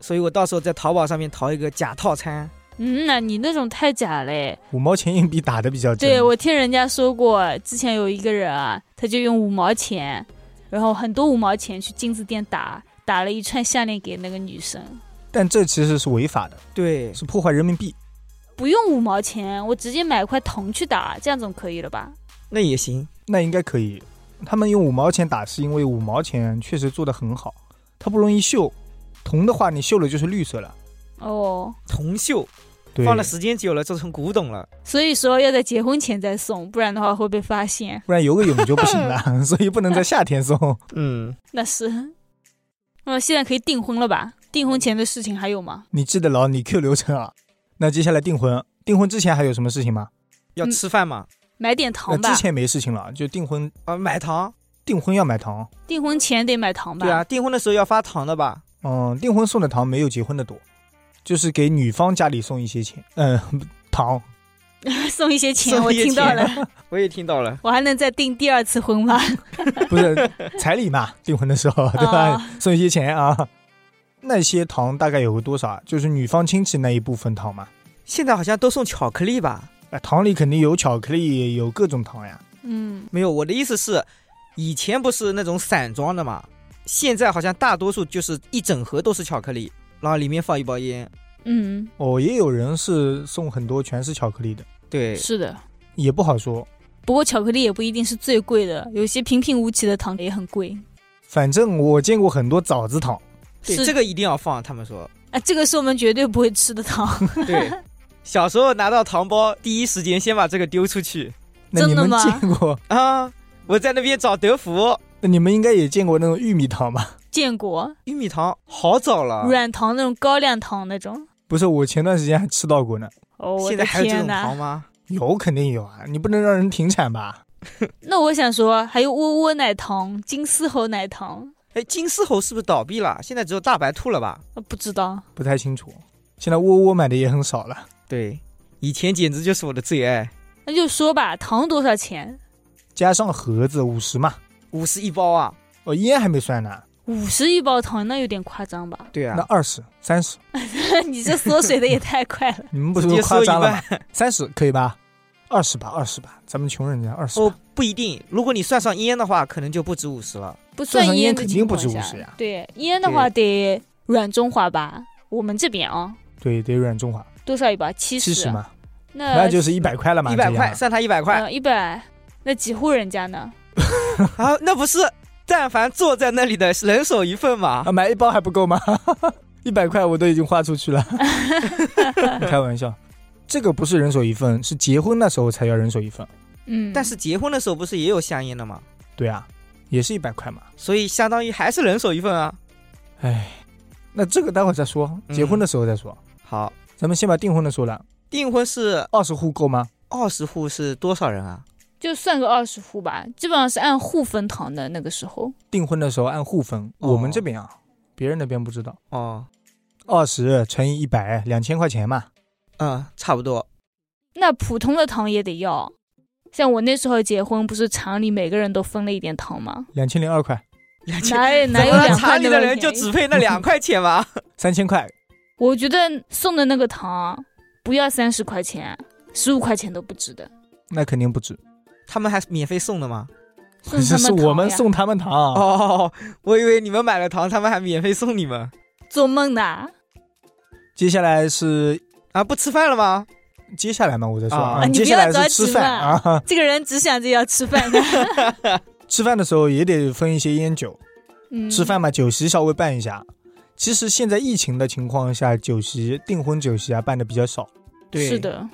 [SPEAKER 4] 所以我到时候在淘宝上面淘一个假套餐，
[SPEAKER 3] 嗯，那你那种太假嘞。
[SPEAKER 2] 五毛钱硬币打的比较真，
[SPEAKER 3] 对，我听人家说过，之前有一个人啊，他就用五毛钱，然后很多五毛钱去金子店打，打了一串项链给那个女生。
[SPEAKER 2] 但这其实是违法的，
[SPEAKER 4] 对，
[SPEAKER 2] 是破坏人民币。
[SPEAKER 3] 不用五毛钱，我直接买块铜去打，这样总可以了吧？
[SPEAKER 4] 那也行。
[SPEAKER 2] 那应该可以。他们用五毛钱打，是因为五毛钱确实做的很好，它不容易锈。铜的话，你锈了就是绿色了。
[SPEAKER 3] 哦，
[SPEAKER 4] 铜锈
[SPEAKER 2] 对，
[SPEAKER 3] [LAUGHS]
[SPEAKER 4] 放了时间久了，做成古董了。
[SPEAKER 3] 所以说要在结婚前再送，不然的话会被发现。
[SPEAKER 2] 不然游个泳就不行
[SPEAKER 3] [LAUGHS]
[SPEAKER 2] 了，所以不能在夏天送。
[SPEAKER 4] 嗯，
[SPEAKER 3] 那是， [LAUGHS] 那、么现在可以订婚了吧？订婚前的事情还有吗？
[SPEAKER 2] 你记得牢你 Q 流程啊。那接下来订婚，订婚之前还有什么事情吗？
[SPEAKER 4] 要吃饭嘛，
[SPEAKER 3] 买点
[SPEAKER 2] 那
[SPEAKER 3] 糖吧
[SPEAKER 2] 之。前没事情了，就订婚，
[SPEAKER 4] 啊，买糖。
[SPEAKER 2] 订婚要买糖。
[SPEAKER 3] 订婚前得买糖吧？
[SPEAKER 4] 对啊，订婚的时候要发糖的吧？
[SPEAKER 2] 嗯，订婚送的糖没有结婚的多，就是给女方家里送一些钱，嗯、糖。
[SPEAKER 3] [LAUGHS] 送一些钱，
[SPEAKER 4] 送
[SPEAKER 3] 啊我
[SPEAKER 4] 一些
[SPEAKER 3] 听到
[SPEAKER 4] 钱 [LAUGHS]
[SPEAKER 3] 了，
[SPEAKER 4] 我也听到了。
[SPEAKER 3] 我还能再订第二次婚 [LAUGHS] 吗？
[SPEAKER 2] 不是彩礼嘛，订婚的时
[SPEAKER 3] [LAUGHS]
[SPEAKER 2] 候对吧？
[SPEAKER 3] 哦
[SPEAKER 2] 送一些钱啊，那些糖大概有个多少啊？就是女方亲戚那一部分糖嘛。
[SPEAKER 4] 现在好像都送巧克力吧？
[SPEAKER 2] 啊，糖里肯定有巧克力，有各种糖呀。
[SPEAKER 3] 嗯，
[SPEAKER 4] 没有，我的意思是，以前不是那种散装的嘛，现在好像大多数就是一整盒都是巧克力，然后里面放一包烟。
[SPEAKER 3] 嗯，
[SPEAKER 2] 哦，也有人是送很多全是巧克力的，
[SPEAKER 4] 对，
[SPEAKER 3] 是的。
[SPEAKER 2] 也不好说。
[SPEAKER 3] 不过巧克力也不一定是最贵的，有些平平无奇的糖也很贵。
[SPEAKER 2] 反正我见过很多枣子糖，
[SPEAKER 4] 对，
[SPEAKER 3] 是
[SPEAKER 4] 这个一定要放。他们说，
[SPEAKER 3] [LAUGHS] 啊，这个是我们绝对不会吃的糖。
[SPEAKER 4] [LAUGHS] 对，小时候拿到糖包，第一时间先把这个丢出去
[SPEAKER 2] 那你
[SPEAKER 3] 真的
[SPEAKER 2] 们
[SPEAKER 3] 吗
[SPEAKER 2] 见过？ [LAUGHS]
[SPEAKER 4] 啊！我在那边找德芙
[SPEAKER 2] 那你们应该也见过那种玉米糖吧？
[SPEAKER 3] 建国
[SPEAKER 4] 玉米糖，好早了，
[SPEAKER 3] 软糖那种高粱糖那种。
[SPEAKER 2] 不是，我前段时间还吃到过呢。
[SPEAKER 3] 哦，我
[SPEAKER 4] 现在
[SPEAKER 3] 的
[SPEAKER 4] 还有这
[SPEAKER 3] 天
[SPEAKER 4] 种
[SPEAKER 3] 哪
[SPEAKER 4] 糖！吗？
[SPEAKER 2] 有肯定有啊，你不能让人停产吧？
[SPEAKER 3] 那我想说，还有窝窝奶糖、金丝猴奶糖，
[SPEAKER 4] 哎，金丝猴是不是倒闭了？现在只有大白兔了吧？
[SPEAKER 3] 啊不知道。
[SPEAKER 2] 不太清楚。现在窝窝买的也很少了，
[SPEAKER 4] 对，以前简直就是我的最爱，
[SPEAKER 3] 那就说吧，糖多少钱？
[SPEAKER 2] 加上盒子五十嘛。
[SPEAKER 4] 五十一包啊！
[SPEAKER 2] 哦，烟还没算呢，
[SPEAKER 3] 五十一包糖，那有点夸张吧？ [LAUGHS]
[SPEAKER 4] 对
[SPEAKER 2] 那，二十、三十，
[SPEAKER 3] 你这缩水的也太快了。
[SPEAKER 2] 你们不是
[SPEAKER 4] 直接
[SPEAKER 2] 夸
[SPEAKER 4] 说一
[SPEAKER 2] 张了吗
[SPEAKER 4] 半？
[SPEAKER 2] 三十可以吧？二十吧，二十吧，咱们穷人家二十。
[SPEAKER 4] 哦，不一定，如果你算上烟的话，可能就不止五十了。
[SPEAKER 3] 不
[SPEAKER 2] 算上
[SPEAKER 3] 烟
[SPEAKER 2] 烟
[SPEAKER 3] 的
[SPEAKER 2] 肯
[SPEAKER 3] 情
[SPEAKER 2] 定不
[SPEAKER 3] 况
[SPEAKER 2] 止
[SPEAKER 3] 下
[SPEAKER 2] 50呀
[SPEAKER 3] 对，烟的话得软中华吧，我们这边啊、
[SPEAKER 2] 对，得软中华，
[SPEAKER 3] 多少一包？七
[SPEAKER 2] 七十嘛，
[SPEAKER 3] 那
[SPEAKER 2] 那就是一百块了嘛，
[SPEAKER 4] 呃一百
[SPEAKER 2] 这
[SPEAKER 4] 块，
[SPEAKER 2] 样啊
[SPEAKER 4] 算他一
[SPEAKER 2] [LAUGHS]
[SPEAKER 4] 百块
[SPEAKER 3] 呃一百，那几户人家呢？
[SPEAKER 4] 啊！那不是，但凡坐在那里的人手一份嘛
[SPEAKER 2] 啊，。买一包还不够吗？一百块我都已经花出去
[SPEAKER 4] [LAUGHS]
[SPEAKER 2] 了，开玩笑，这个不是人手一份，是结婚那时候才要人手一份。
[SPEAKER 3] 嗯，
[SPEAKER 4] 但是结婚的时候不是也有香烟的吗？
[SPEAKER 2] 对啊，也是一百块嘛。
[SPEAKER 4] 所以相当于还是人手一份啊。
[SPEAKER 2] 哎，那这个待会儿再说，结
[SPEAKER 4] 嗯
[SPEAKER 2] 婚的时候再说。
[SPEAKER 4] 好，
[SPEAKER 2] 咱们先把订婚的说了，
[SPEAKER 4] 订婚是
[SPEAKER 2] 二十户够吗？
[SPEAKER 4] 二十户是多少人啊？
[SPEAKER 3] 就算个二十户吧，基本上是按户分糖的那个时候。
[SPEAKER 2] 订婚的时候按户分，
[SPEAKER 4] 哦
[SPEAKER 2] 我们这边啊，别人那边不知道。
[SPEAKER 4] 哦，
[SPEAKER 2] 二十乘以一百，两千块钱嘛。
[SPEAKER 4] 嗯，差不多。
[SPEAKER 3] 那普通的糖也得要，像我那时候结婚，不是厂里每个人都分了一点糖吗？
[SPEAKER 2] 两千零二块，
[SPEAKER 4] 两千，
[SPEAKER 3] 哪有哪有
[SPEAKER 4] 咱
[SPEAKER 3] 两
[SPEAKER 4] 们厂
[SPEAKER 3] 块
[SPEAKER 4] 里
[SPEAKER 3] 那
[SPEAKER 4] 的
[SPEAKER 3] 么
[SPEAKER 4] 人就
[SPEAKER 3] 便宜
[SPEAKER 4] 只配那两块钱吧？
[SPEAKER 2] 三千块，
[SPEAKER 3] 我觉得送的那个糖不要三十块钱，十五块钱都不值得。
[SPEAKER 2] 那肯定不止。
[SPEAKER 4] 他们还是免费送的吗？
[SPEAKER 3] 送他
[SPEAKER 2] [LAUGHS] 是
[SPEAKER 3] 们
[SPEAKER 2] 我们
[SPEAKER 3] 糖呀
[SPEAKER 2] 送他们糖啊，
[SPEAKER 4] 哦，我以为你们买了糖，他们还免费送你们。
[SPEAKER 3] 做梦
[SPEAKER 2] 啊
[SPEAKER 3] 的。
[SPEAKER 2] 接下来是
[SPEAKER 4] 啊，不吃饭了吗？
[SPEAKER 2] 接下来嘛，我在说
[SPEAKER 4] 啊
[SPEAKER 2] 啊，
[SPEAKER 3] 你
[SPEAKER 2] 接
[SPEAKER 3] 不
[SPEAKER 2] 下
[SPEAKER 3] 要
[SPEAKER 2] 来
[SPEAKER 3] 着
[SPEAKER 2] 是吃
[SPEAKER 3] 急
[SPEAKER 2] 饭
[SPEAKER 3] 嘛
[SPEAKER 2] 啊，
[SPEAKER 3] [LAUGHS] 这个人只想着要吃饭
[SPEAKER 2] [LAUGHS]
[SPEAKER 3] 的，
[SPEAKER 2] 吃饭的时候也得分一些烟酒，
[SPEAKER 3] 嗯，
[SPEAKER 2] 吃饭嘛，酒席稍微办一下。其实现在疫情的情况下，酒席订婚酒席啊办的比较少，
[SPEAKER 4] 对，
[SPEAKER 3] 是，的，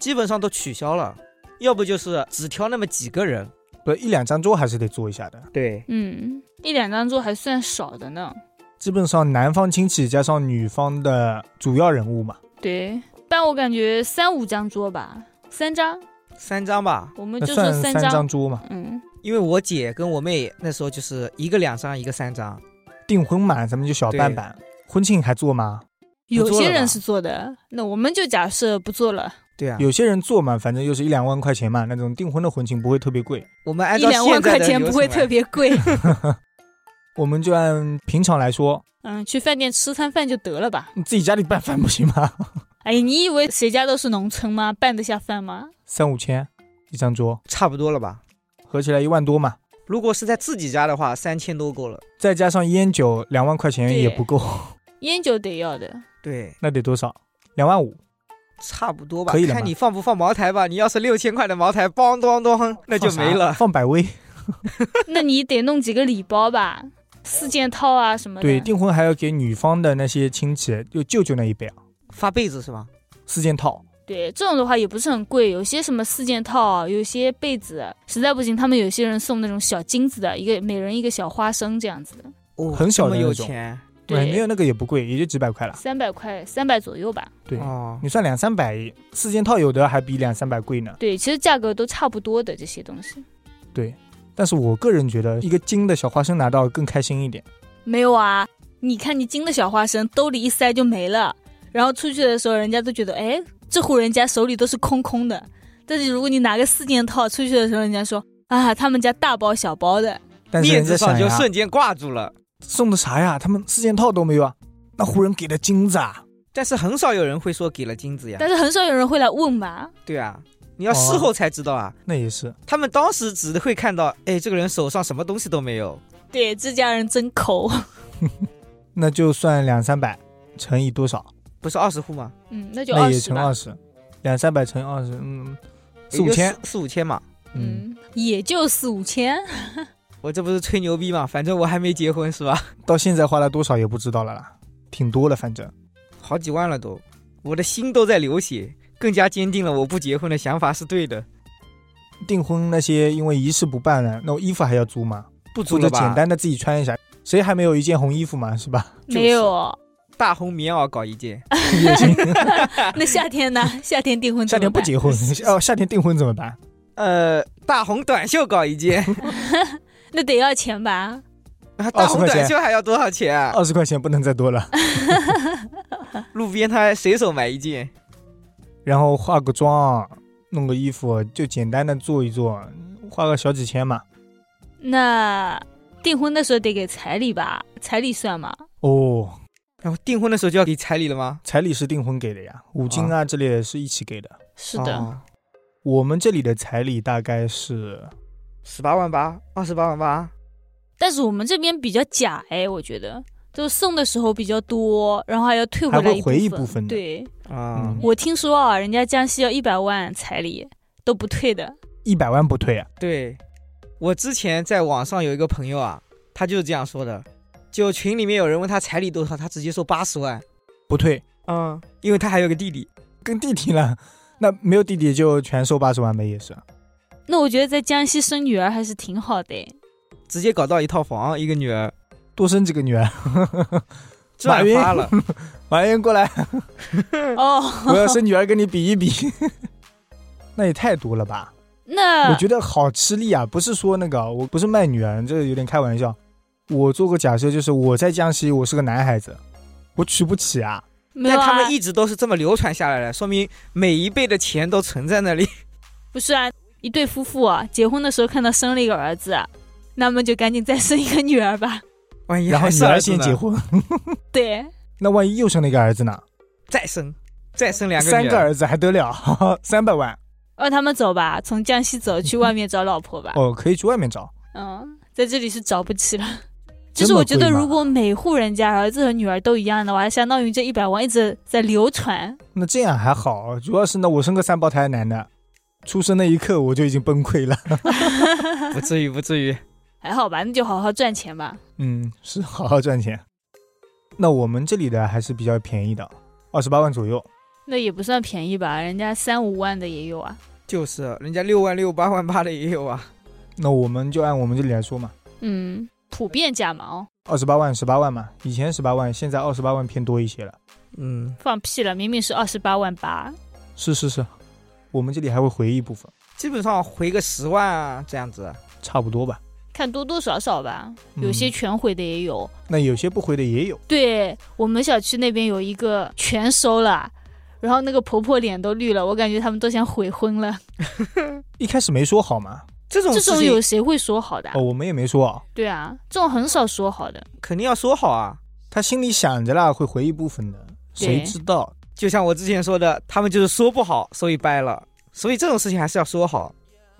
[SPEAKER 4] 基本上都取消了，要不就是只挑那么几个人。
[SPEAKER 2] 不一两张桌还是得做一下的。
[SPEAKER 4] 对，
[SPEAKER 3] 嗯，一两张桌还算少的呢。
[SPEAKER 2] 基本上男方亲戚加上女方的主要人物嘛，
[SPEAKER 3] 对，但我感觉三五张桌吧，三张，
[SPEAKER 4] 三张吧，
[SPEAKER 3] 我们
[SPEAKER 2] 那
[SPEAKER 3] 就说
[SPEAKER 2] 算三张桌嘛。
[SPEAKER 3] 嗯，
[SPEAKER 4] 因为我姐跟我妹那时候就是一个两张，一个三张。
[SPEAKER 2] 订婚嘛，咱们就小办办。婚庆还做吗？
[SPEAKER 3] 有
[SPEAKER 4] 做
[SPEAKER 3] 些
[SPEAKER 4] 了吧
[SPEAKER 3] 人是做的，那我们就假设不做了。
[SPEAKER 4] 对啊，
[SPEAKER 2] 有些人做嘛，反正又是一两万块钱嘛，那种订婚的婚庆不会特别贵，
[SPEAKER 4] 我们按
[SPEAKER 3] 一
[SPEAKER 4] 照
[SPEAKER 3] 两万
[SPEAKER 4] 现在
[SPEAKER 3] 块
[SPEAKER 4] 的
[SPEAKER 3] 钱
[SPEAKER 4] 流
[SPEAKER 3] 不会
[SPEAKER 4] 程来
[SPEAKER 3] 特别
[SPEAKER 2] [LAUGHS]
[SPEAKER 3] 贵，
[SPEAKER 2] 我们就按平常来说，
[SPEAKER 3] 嗯，去饭店吃餐饭就得了吧。
[SPEAKER 2] 你自己家里办饭不行吗？ [LAUGHS]
[SPEAKER 3] 哎，你以为谁家都是农村吗？办得下饭吗？
[SPEAKER 2] 三五千一张桌，
[SPEAKER 4] 差不多了吧？
[SPEAKER 2] 合起来一万多嘛，
[SPEAKER 4] 如果是在自己家的话，三千多够了。
[SPEAKER 2] 再加上烟酒两万块钱也不够，
[SPEAKER 3] 烟酒得要的， [LAUGHS]
[SPEAKER 4] 对，
[SPEAKER 2] 那得多少？两万五，
[SPEAKER 4] 差不多吧。
[SPEAKER 2] 可以了吗
[SPEAKER 4] 看你放不放茅台吧。你要是六千块的茅台，梆咚咚， [LAUGHS] 那就没
[SPEAKER 2] 放啥
[SPEAKER 4] 了。
[SPEAKER 2] 放百威。
[SPEAKER 3] 那你得弄几个礼包吧，四件套啊什么的。
[SPEAKER 2] 对，订婚还要给女方的那些亲戚，就舅舅那一辈啊，
[SPEAKER 4] 发被子是吧？
[SPEAKER 2] 四件套。
[SPEAKER 3] 对，这种的话也不是很贵，有些什么四件套啊，有些被子，实在不行，他们有些人送那种小金子的，一个每人一个小花生这样子的，
[SPEAKER 4] 哦，
[SPEAKER 2] 很小
[SPEAKER 4] 这
[SPEAKER 2] 的
[SPEAKER 4] 么
[SPEAKER 2] 那
[SPEAKER 4] 有
[SPEAKER 2] 种
[SPEAKER 4] 钱
[SPEAKER 2] 哎
[SPEAKER 3] 对，
[SPEAKER 2] 没有那个也不贵，也就几百块了。
[SPEAKER 3] 三百块，三百左右吧。
[SPEAKER 2] 对，
[SPEAKER 4] 哦。
[SPEAKER 2] 你算两三百，四件套有的还比两三百贵呢。
[SPEAKER 3] 对，其实价格都差不多的这些东西。
[SPEAKER 2] 对，但是我个人觉得一个金的小花生拿到更开心一点。
[SPEAKER 3] 没有啊，你看你金的小花生兜里一塞就没了，然后出去的时候人家都觉得，哎，这户人家手里都是空空的。但是如果你拿个四件套出去的时候，人家说啊，他们家大包小包的，
[SPEAKER 2] 但是
[SPEAKER 4] 面
[SPEAKER 2] 人家
[SPEAKER 4] 子上
[SPEAKER 2] 想啊
[SPEAKER 4] 就
[SPEAKER 2] 呀，
[SPEAKER 4] 瞬间挂住了。
[SPEAKER 2] 送的啥呀？他们四件套都没有啊？那湖人给的金子啊？
[SPEAKER 4] 但是很少有人会说给了金子呀
[SPEAKER 3] 但。是很少有人会来问吧？
[SPEAKER 4] 对啊，你要事后才知道啊。
[SPEAKER 2] 那也是，
[SPEAKER 4] 他们当时只会看到，哎，这个人手上什么东西都没有。
[SPEAKER 3] 对，这家人真抠。
[SPEAKER 2] 那就算两三百乘以多少？
[SPEAKER 4] 不是二十户吗？
[SPEAKER 3] [LAUGHS] 嗯，那就
[SPEAKER 2] 那
[SPEAKER 3] 二
[SPEAKER 2] 也
[SPEAKER 3] 十
[SPEAKER 2] 乘
[SPEAKER 3] 吧
[SPEAKER 2] 二。十，两三百乘以二十，嗯，四五
[SPEAKER 4] 也就
[SPEAKER 2] 千，
[SPEAKER 4] 四五千嘛。
[SPEAKER 2] 嗯，
[SPEAKER 3] 嗯，也就四五千。
[SPEAKER 4] 我这不是吹牛逼嘛？反正我还没结婚是吧？ [LAUGHS]
[SPEAKER 2] 到现在花了多少也不知道了啦，挺多了，反正。
[SPEAKER 4] 好几万了都，我的心都在流血，更加坚定了我不结婚的想法是对的。
[SPEAKER 2] 订婚那些因为仪式不办了，那我衣服还要租吗？
[SPEAKER 4] 不
[SPEAKER 2] 或
[SPEAKER 4] 足
[SPEAKER 2] 者
[SPEAKER 4] 了吧？
[SPEAKER 2] 简单的自己穿一下，谁还没有一件红衣服嘛，是
[SPEAKER 3] [LAUGHS]
[SPEAKER 2] 吧？
[SPEAKER 4] 就是
[SPEAKER 3] 没有，
[SPEAKER 4] 大红棉袄搞一件，
[SPEAKER 2] 也行。
[SPEAKER 3] 那夏天呢？
[SPEAKER 2] [LAUGHS]
[SPEAKER 3] 夏天订婚怎
[SPEAKER 2] 夏
[SPEAKER 3] 么
[SPEAKER 2] 天不
[SPEAKER 3] 办
[SPEAKER 2] 结婚，哦，夏天订婚怎么办？
[SPEAKER 4] 呃，大红短袖搞
[SPEAKER 2] [LAUGHS]
[SPEAKER 4] 一件，
[SPEAKER 3] 那得要钱吧？
[SPEAKER 4] 啊大红
[SPEAKER 2] 块钱
[SPEAKER 4] 短袖还要多少钱啊？
[SPEAKER 2] 二十块钱不能再多了。
[SPEAKER 4] 路边摊随手买一件，
[SPEAKER 2] 然后化个妆，弄个衣服，就简单的做一做，花个小几千嘛。
[SPEAKER 3] 那订婚的时候得给彩礼吧？彩礼算吗？
[SPEAKER 2] 哦，
[SPEAKER 4] 然后订婚的时候就要给彩礼了吗？
[SPEAKER 2] 彩礼是订婚给的呀，五金啊之类的是一起给的。
[SPEAKER 3] 是的，
[SPEAKER 4] 哦
[SPEAKER 2] 我们这里的彩礼大概是
[SPEAKER 4] 十八、18万八，二十八万八，
[SPEAKER 3] 但是我们这边比较假哎，我觉得就送的时候比较多，然后还要退回
[SPEAKER 2] 还
[SPEAKER 3] 来
[SPEAKER 2] 会回一
[SPEAKER 3] 部
[SPEAKER 2] 部分的
[SPEAKER 3] 对
[SPEAKER 4] 啊、
[SPEAKER 2] 嗯
[SPEAKER 3] 我听说啊，人家江西要一百万彩礼都不退的，
[SPEAKER 2] 一百万不退啊。
[SPEAKER 4] 对，我之前在网上有一个朋友啊，他就是这样说的，就群里面有人问他彩礼多少，他直接说八十万，
[SPEAKER 2] 不退，
[SPEAKER 4] 嗯，因为他还有个弟弟，
[SPEAKER 2] 跟弟弟了， [LAUGHS] 那没有弟弟就全收八十万呗，也是。
[SPEAKER 3] 那我觉得在江西生女儿还是挺好的哎。
[SPEAKER 4] 直接搞到一套房，一个女 [LAUGHS] 儿，
[SPEAKER 2] 多生几个女儿， [LAUGHS] 马
[SPEAKER 4] 赚
[SPEAKER 2] 云
[SPEAKER 4] 发了。
[SPEAKER 2] 马云 [LAUGHS] 过来，
[SPEAKER 3] 哦，
[SPEAKER 2] 我要生女儿跟你比一比。 [LAUGHS] 那也太多了吧？
[SPEAKER 3] 那
[SPEAKER 4] 嗯
[SPEAKER 2] 我觉得好吃力啊！不是说那个，我不是卖女儿，这个有点开玩笑。我做个假设，就是我在江西，我是个男孩子，我娶不起啊。
[SPEAKER 3] 没有
[SPEAKER 4] 但他
[SPEAKER 3] 啊
[SPEAKER 4] 们，一直都是这么流传下来的，说明每一辈的钱都存在那里。
[SPEAKER 3] 不是啊，一对夫妇啊，结婚的时候看到生了一个儿子啊，那么就赶紧再生一个女儿吧。
[SPEAKER 4] 万一
[SPEAKER 2] 然后
[SPEAKER 4] 还
[SPEAKER 2] 女
[SPEAKER 4] 是
[SPEAKER 2] 儿
[SPEAKER 4] 儿子
[SPEAKER 2] 先
[SPEAKER 4] 呢
[SPEAKER 2] 结，婚， [LAUGHS]
[SPEAKER 3] 对，
[SPEAKER 2] 那万一又生了一个儿子呢？
[SPEAKER 4] 再生，再生两个女
[SPEAKER 2] 三个儿子还得了？ [LAUGHS] 三百万
[SPEAKER 3] 让他们走吧，从江西走去外面找老婆吧。
[SPEAKER 2] 哦，可以去外面找。 [LAUGHS]
[SPEAKER 3] 嗯，在这里是找不起了。
[SPEAKER 2] 这
[SPEAKER 3] 就是
[SPEAKER 2] 么
[SPEAKER 3] 我觉得，
[SPEAKER 2] 贵吗
[SPEAKER 3] 如果每户人家儿子和女儿都一样的话，相当于这一百万一直在流传。
[SPEAKER 2] 那这样还好，主要是呢，我生个三胞胎男的，出生那一刻我就已经崩溃了。 [LAUGHS]
[SPEAKER 4] [LAUGHS] 不至于，不至于。
[SPEAKER 3] 还好吧，那就好好赚钱吧。
[SPEAKER 2] 嗯，是好好赚钱。那我们这里的还是比较便宜的，二十八万左右。
[SPEAKER 3] 那也不算便宜吧，人家三五万的也有啊。
[SPEAKER 4] 就是人家六万六、八万八的也有啊。
[SPEAKER 2] 那我们就按我们这里来说嘛，
[SPEAKER 3] 嗯，普遍价嘛哦，
[SPEAKER 2] 二十八万、十八万嘛，以前十八万，现在二十八万偏多一些了。
[SPEAKER 4] 嗯，
[SPEAKER 3] 放屁了，明明是二十八万八。
[SPEAKER 2] 是是是，我们这里还会回一部分，
[SPEAKER 4] 基本上回个十万啊，这样子。
[SPEAKER 2] 差不多吧。
[SPEAKER 3] 看多多少少吧，有些
[SPEAKER 2] 嗯、
[SPEAKER 3] 全回的也有。
[SPEAKER 2] 那有些不回的也有，
[SPEAKER 3] 对我们小区那边有一个全收了，然后那个婆婆脸都绿了，我感觉他们都想悔婚了。
[SPEAKER 2] 一开始没说好嘛，
[SPEAKER 4] 这种
[SPEAKER 3] 这
[SPEAKER 4] 事
[SPEAKER 3] 种
[SPEAKER 4] 情
[SPEAKER 3] 有谁会说好的啊、
[SPEAKER 2] 哦，我们也没说啊、
[SPEAKER 3] 对啊，这种很少说好的。
[SPEAKER 4] 肯定要说好啊。
[SPEAKER 2] 他心里想着啦，会回一部分的，谁
[SPEAKER 3] 对
[SPEAKER 2] 知道？
[SPEAKER 4] 就像我之前说的，他们就是说不好，所以掰了。所以这种事情还是要说好。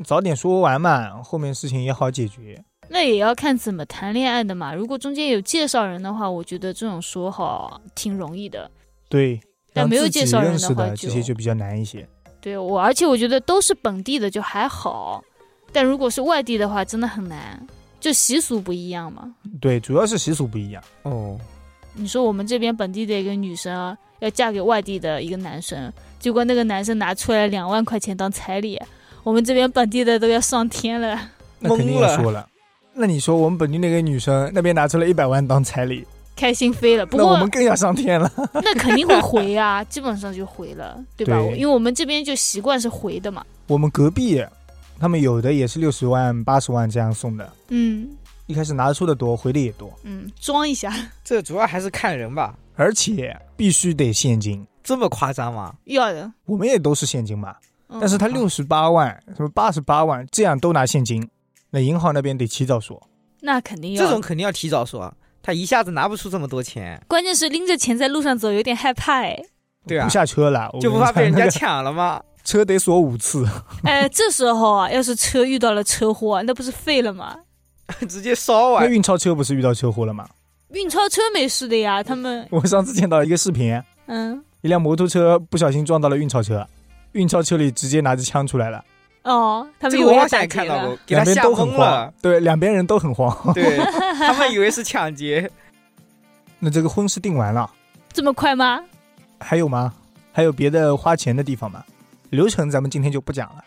[SPEAKER 2] 早点说完嘛，后面事情也好解决。
[SPEAKER 3] 那也要看怎么谈恋爱的嘛。如果中间有介绍人的话，我觉得这种说好挺容易的。
[SPEAKER 2] 对，
[SPEAKER 3] 但
[SPEAKER 2] 让
[SPEAKER 3] 没有
[SPEAKER 2] 自己
[SPEAKER 3] 介绍人
[SPEAKER 2] 认识
[SPEAKER 3] 的话
[SPEAKER 2] 的这些
[SPEAKER 3] 就
[SPEAKER 2] 就比较难一些。
[SPEAKER 3] 对我，而且我觉得都是本地的就还好，但如果是外地的话，真的很难，就习俗不一样嘛。
[SPEAKER 2] 对，主要是习俗不一样。
[SPEAKER 4] 哦，
[SPEAKER 3] 你说我们这边本地的一个女生啊要嫁给外地的一个男生，结果那个男生拿出来两万块钱当彩礼，我们这边本地的都要上天了，
[SPEAKER 2] 那肯定
[SPEAKER 4] 懵
[SPEAKER 2] 要
[SPEAKER 4] 了
[SPEAKER 2] 说
[SPEAKER 4] [LAUGHS]
[SPEAKER 2] 了。那你说我们本地那个女生那边拿出了一百万当彩礼，
[SPEAKER 3] 开心飞了。不
[SPEAKER 2] 那我
[SPEAKER 3] 过
[SPEAKER 2] 们更要上天了。 [LAUGHS]
[SPEAKER 3] 那肯定会回啊，基本上就回了，对吧？
[SPEAKER 2] 对
[SPEAKER 3] 因为我们这边就习惯是回的嘛。
[SPEAKER 2] 我们隔壁，他们有的也是六十万、八十万这样送的，
[SPEAKER 3] 嗯
[SPEAKER 2] 一开始拿出的多，回的也多，
[SPEAKER 3] 嗯，装一下
[SPEAKER 4] 这主要还是看人吧。
[SPEAKER 2] 而且必须得现金。
[SPEAKER 4] 这么夸张吗？
[SPEAKER 3] 要的。
[SPEAKER 2] 我们也都是现金嘛，
[SPEAKER 3] 嗯、
[SPEAKER 2] 但是他
[SPEAKER 4] 嗯
[SPEAKER 2] 六十八万、什么八十八万这样都拿现金，那银行那边得提早说。
[SPEAKER 3] 那肯定要
[SPEAKER 4] 这种肯定要提早说，他一下子拿不出这么多钱，
[SPEAKER 3] 关键是拎着钱在路上走，有点害怕哎。 [LAUGHS]
[SPEAKER 4] 对啊
[SPEAKER 2] 不下车了，
[SPEAKER 4] 就不
[SPEAKER 2] 我们
[SPEAKER 4] 怕被人
[SPEAKER 2] 那
[SPEAKER 4] 家
[SPEAKER 2] 个
[SPEAKER 4] 抢了吗？ [LAUGHS]
[SPEAKER 2] 车得锁五次。
[SPEAKER 3] 哎，这时候啊，要是车遇到了车祸，那不是废了吗？
[SPEAKER 4] 直接烧
[SPEAKER 2] [LAUGHS] 那
[SPEAKER 4] 完。
[SPEAKER 2] 运钞车不是遇到车祸了吗？
[SPEAKER 3] 运钞车没事的呀，他们
[SPEAKER 2] 我上次见到一个视频，
[SPEAKER 3] 嗯
[SPEAKER 2] 一辆摩托车不小心撞到了运钞车，运钞车里直接拿着枪出来了，
[SPEAKER 3] 哦，他们以
[SPEAKER 4] 这个我
[SPEAKER 3] 为要
[SPEAKER 4] 好像
[SPEAKER 3] 打
[SPEAKER 4] 也
[SPEAKER 3] 劫
[SPEAKER 4] 看到过
[SPEAKER 3] 了。，
[SPEAKER 4] 给他
[SPEAKER 2] 两边
[SPEAKER 4] 吓
[SPEAKER 2] 都很
[SPEAKER 4] 懵
[SPEAKER 2] 慌
[SPEAKER 4] 了。。
[SPEAKER 2] 对，两边人都很慌。 [LAUGHS]
[SPEAKER 4] 对 [LAUGHS] 他们以为是抢劫，
[SPEAKER 2] 那这个婚事定完了，
[SPEAKER 3] 这么快吗？
[SPEAKER 2] 还有吗？还有别的花钱的地方吗？流程咱们今天就不讲
[SPEAKER 3] [LAUGHS]
[SPEAKER 2] 了，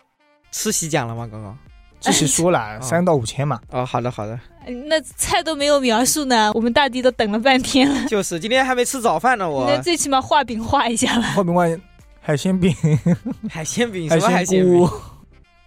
[SPEAKER 4] 吃席讲了吗？刚刚
[SPEAKER 2] 这是说
[SPEAKER 3] 嗯
[SPEAKER 2] 了三到五千嘛。
[SPEAKER 4] 哦，好的好的，
[SPEAKER 3] 哎那菜都没有描述呢，我们大弟都等了半天了。
[SPEAKER 4] 就是今天还没吃早饭呢，我
[SPEAKER 3] [LAUGHS] 那最起码画饼画一下吧，
[SPEAKER 2] 画饼外海鲜
[SPEAKER 3] [LAUGHS]
[SPEAKER 2] 饼、
[SPEAKER 4] 海鲜饼什么
[SPEAKER 2] 海
[SPEAKER 4] 海
[SPEAKER 2] 鲜
[SPEAKER 4] 鲜
[SPEAKER 2] 菇
[SPEAKER 4] 饼，，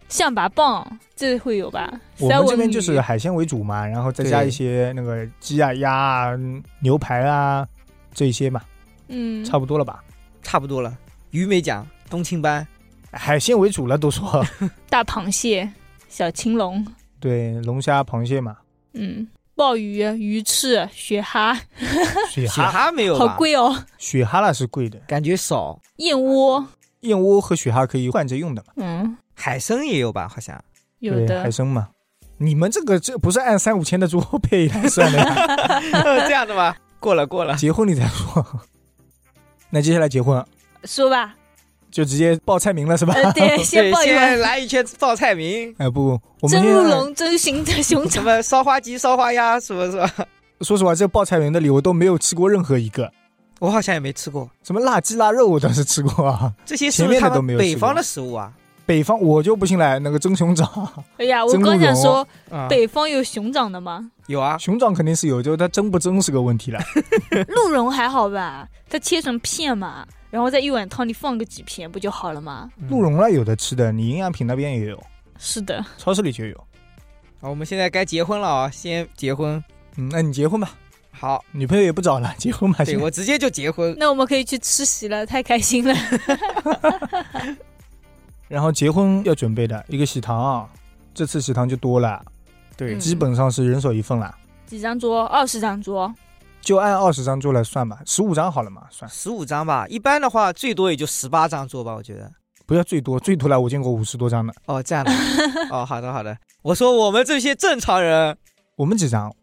[SPEAKER 3] 象拔蚌这会有吧？
[SPEAKER 2] 我
[SPEAKER 3] 三
[SPEAKER 2] 们这
[SPEAKER 3] 文
[SPEAKER 2] 边
[SPEAKER 3] 鱼
[SPEAKER 2] 就是海鲜为主嘛，然后再加一些那个鸡啊、鸭啊、嗯牛排啊这些嘛，
[SPEAKER 3] 嗯，
[SPEAKER 2] 差不多了吧？
[SPEAKER 4] 差不多了。鱼没讲，冬青斑
[SPEAKER 2] 海鲜为主了都
[SPEAKER 3] [LAUGHS]
[SPEAKER 2] 说，
[SPEAKER 3] 大螃蟹、小青龙，
[SPEAKER 2] 对，龙虾、螃蟹嘛，
[SPEAKER 3] 嗯，鲍鱼、鱼翅、雪蛤，
[SPEAKER 2] 雪
[SPEAKER 4] 雪
[SPEAKER 2] 蛤，
[SPEAKER 4] 蛤没有
[SPEAKER 3] 好
[SPEAKER 4] 吧？
[SPEAKER 3] 贵哦。
[SPEAKER 2] 雪蛤啦是贵的，
[SPEAKER 4] 感觉少。
[SPEAKER 3] 燕窝，
[SPEAKER 2] 燕窝和雪蛤可以换着用的嘛，
[SPEAKER 3] 嗯，
[SPEAKER 4] 海参也有吧？
[SPEAKER 2] [LAUGHS]
[SPEAKER 4] 好像
[SPEAKER 3] 有
[SPEAKER 2] 对，海
[SPEAKER 3] 的。
[SPEAKER 2] 参嘛。你们这个这不是按三五千的桌费来
[SPEAKER 3] [LAUGHS]
[SPEAKER 2] 算的呀？
[SPEAKER 4] 这样的吧？过了过了，
[SPEAKER 2] [LAUGHS] 结婚你再说。那接下来结婚
[SPEAKER 3] 说吧，
[SPEAKER 2] 就直接报菜名了是吧？
[SPEAKER 3] 呃，对，先
[SPEAKER 4] 对，
[SPEAKER 3] 报一碗
[SPEAKER 4] 先来一圈报菜名，
[SPEAKER 2] [LAUGHS] 哎不，我们
[SPEAKER 3] 蒸
[SPEAKER 2] 先
[SPEAKER 3] 鹿茸、蒸熊的熊
[SPEAKER 4] 什
[SPEAKER 2] [LAUGHS]
[SPEAKER 3] 掌，
[SPEAKER 4] 么烧花鸡、烧花鸭，什么什么，
[SPEAKER 2] 说实话，这报菜名的里我都没有吃过任何一个，
[SPEAKER 4] 我好像也没吃过。
[SPEAKER 2] 什么辣鸡腊肉我倒是吃过啊。 [LAUGHS]
[SPEAKER 4] 这些是
[SPEAKER 2] 前
[SPEAKER 4] 不
[SPEAKER 2] 面
[SPEAKER 4] 是
[SPEAKER 2] 的
[SPEAKER 4] 他
[SPEAKER 2] 都没
[SPEAKER 4] 们
[SPEAKER 2] 有吃过
[SPEAKER 4] 北方的食物啊？
[SPEAKER 2] 北方我就不信了，那个蒸熊掌， [LAUGHS]
[SPEAKER 3] 哎呀，我
[SPEAKER 2] 蒸鹿
[SPEAKER 3] 刚想
[SPEAKER 2] 茸
[SPEAKER 3] 说，
[SPEAKER 4] 啊，
[SPEAKER 3] 北方有熊掌
[SPEAKER 2] [LAUGHS]
[SPEAKER 3] 的吗？
[SPEAKER 4] 有啊，
[SPEAKER 2] 熊掌肯定是有，就是它蒸不蒸是个问题了。
[SPEAKER 3] 鹿茸还好吧，它切成片嘛，然后在一碗汤里放个几片不就好了吗？
[SPEAKER 2] 鹿茸了有的吃的，你营养品那边也有，
[SPEAKER 3] 是的，
[SPEAKER 2] 超市里就有。
[SPEAKER 4] 嗯好，我们现在该结婚了啊、先结婚。
[SPEAKER 2] 嗯，那你结婚吧，
[SPEAKER 4] 好，
[SPEAKER 2] 女朋友也不找了， [LAUGHS] 结婚吧。
[SPEAKER 4] 对
[SPEAKER 2] 先
[SPEAKER 4] 我直接就结婚。
[SPEAKER 3] 那我们可以去吃席了，太开心了。
[SPEAKER 2] 然后结婚要准备的一个喜糖，这次喜糖就多了，
[SPEAKER 4] 对
[SPEAKER 3] 嗯
[SPEAKER 2] 基本上是人手一份了，
[SPEAKER 3] 几张桌？二十张桌。
[SPEAKER 2] 就按二十张桌来算吧，十五张好了嘛，算
[SPEAKER 4] 十五张吧，一般的话最多也就十八张桌吧，我觉得。
[SPEAKER 2] 不要最多，最多了我见过五十多张的。
[SPEAKER 4] 哦，这样
[SPEAKER 2] [LAUGHS]
[SPEAKER 4] 的。哦，好的好的。我说我们这些正常人，
[SPEAKER 2] 我们几张？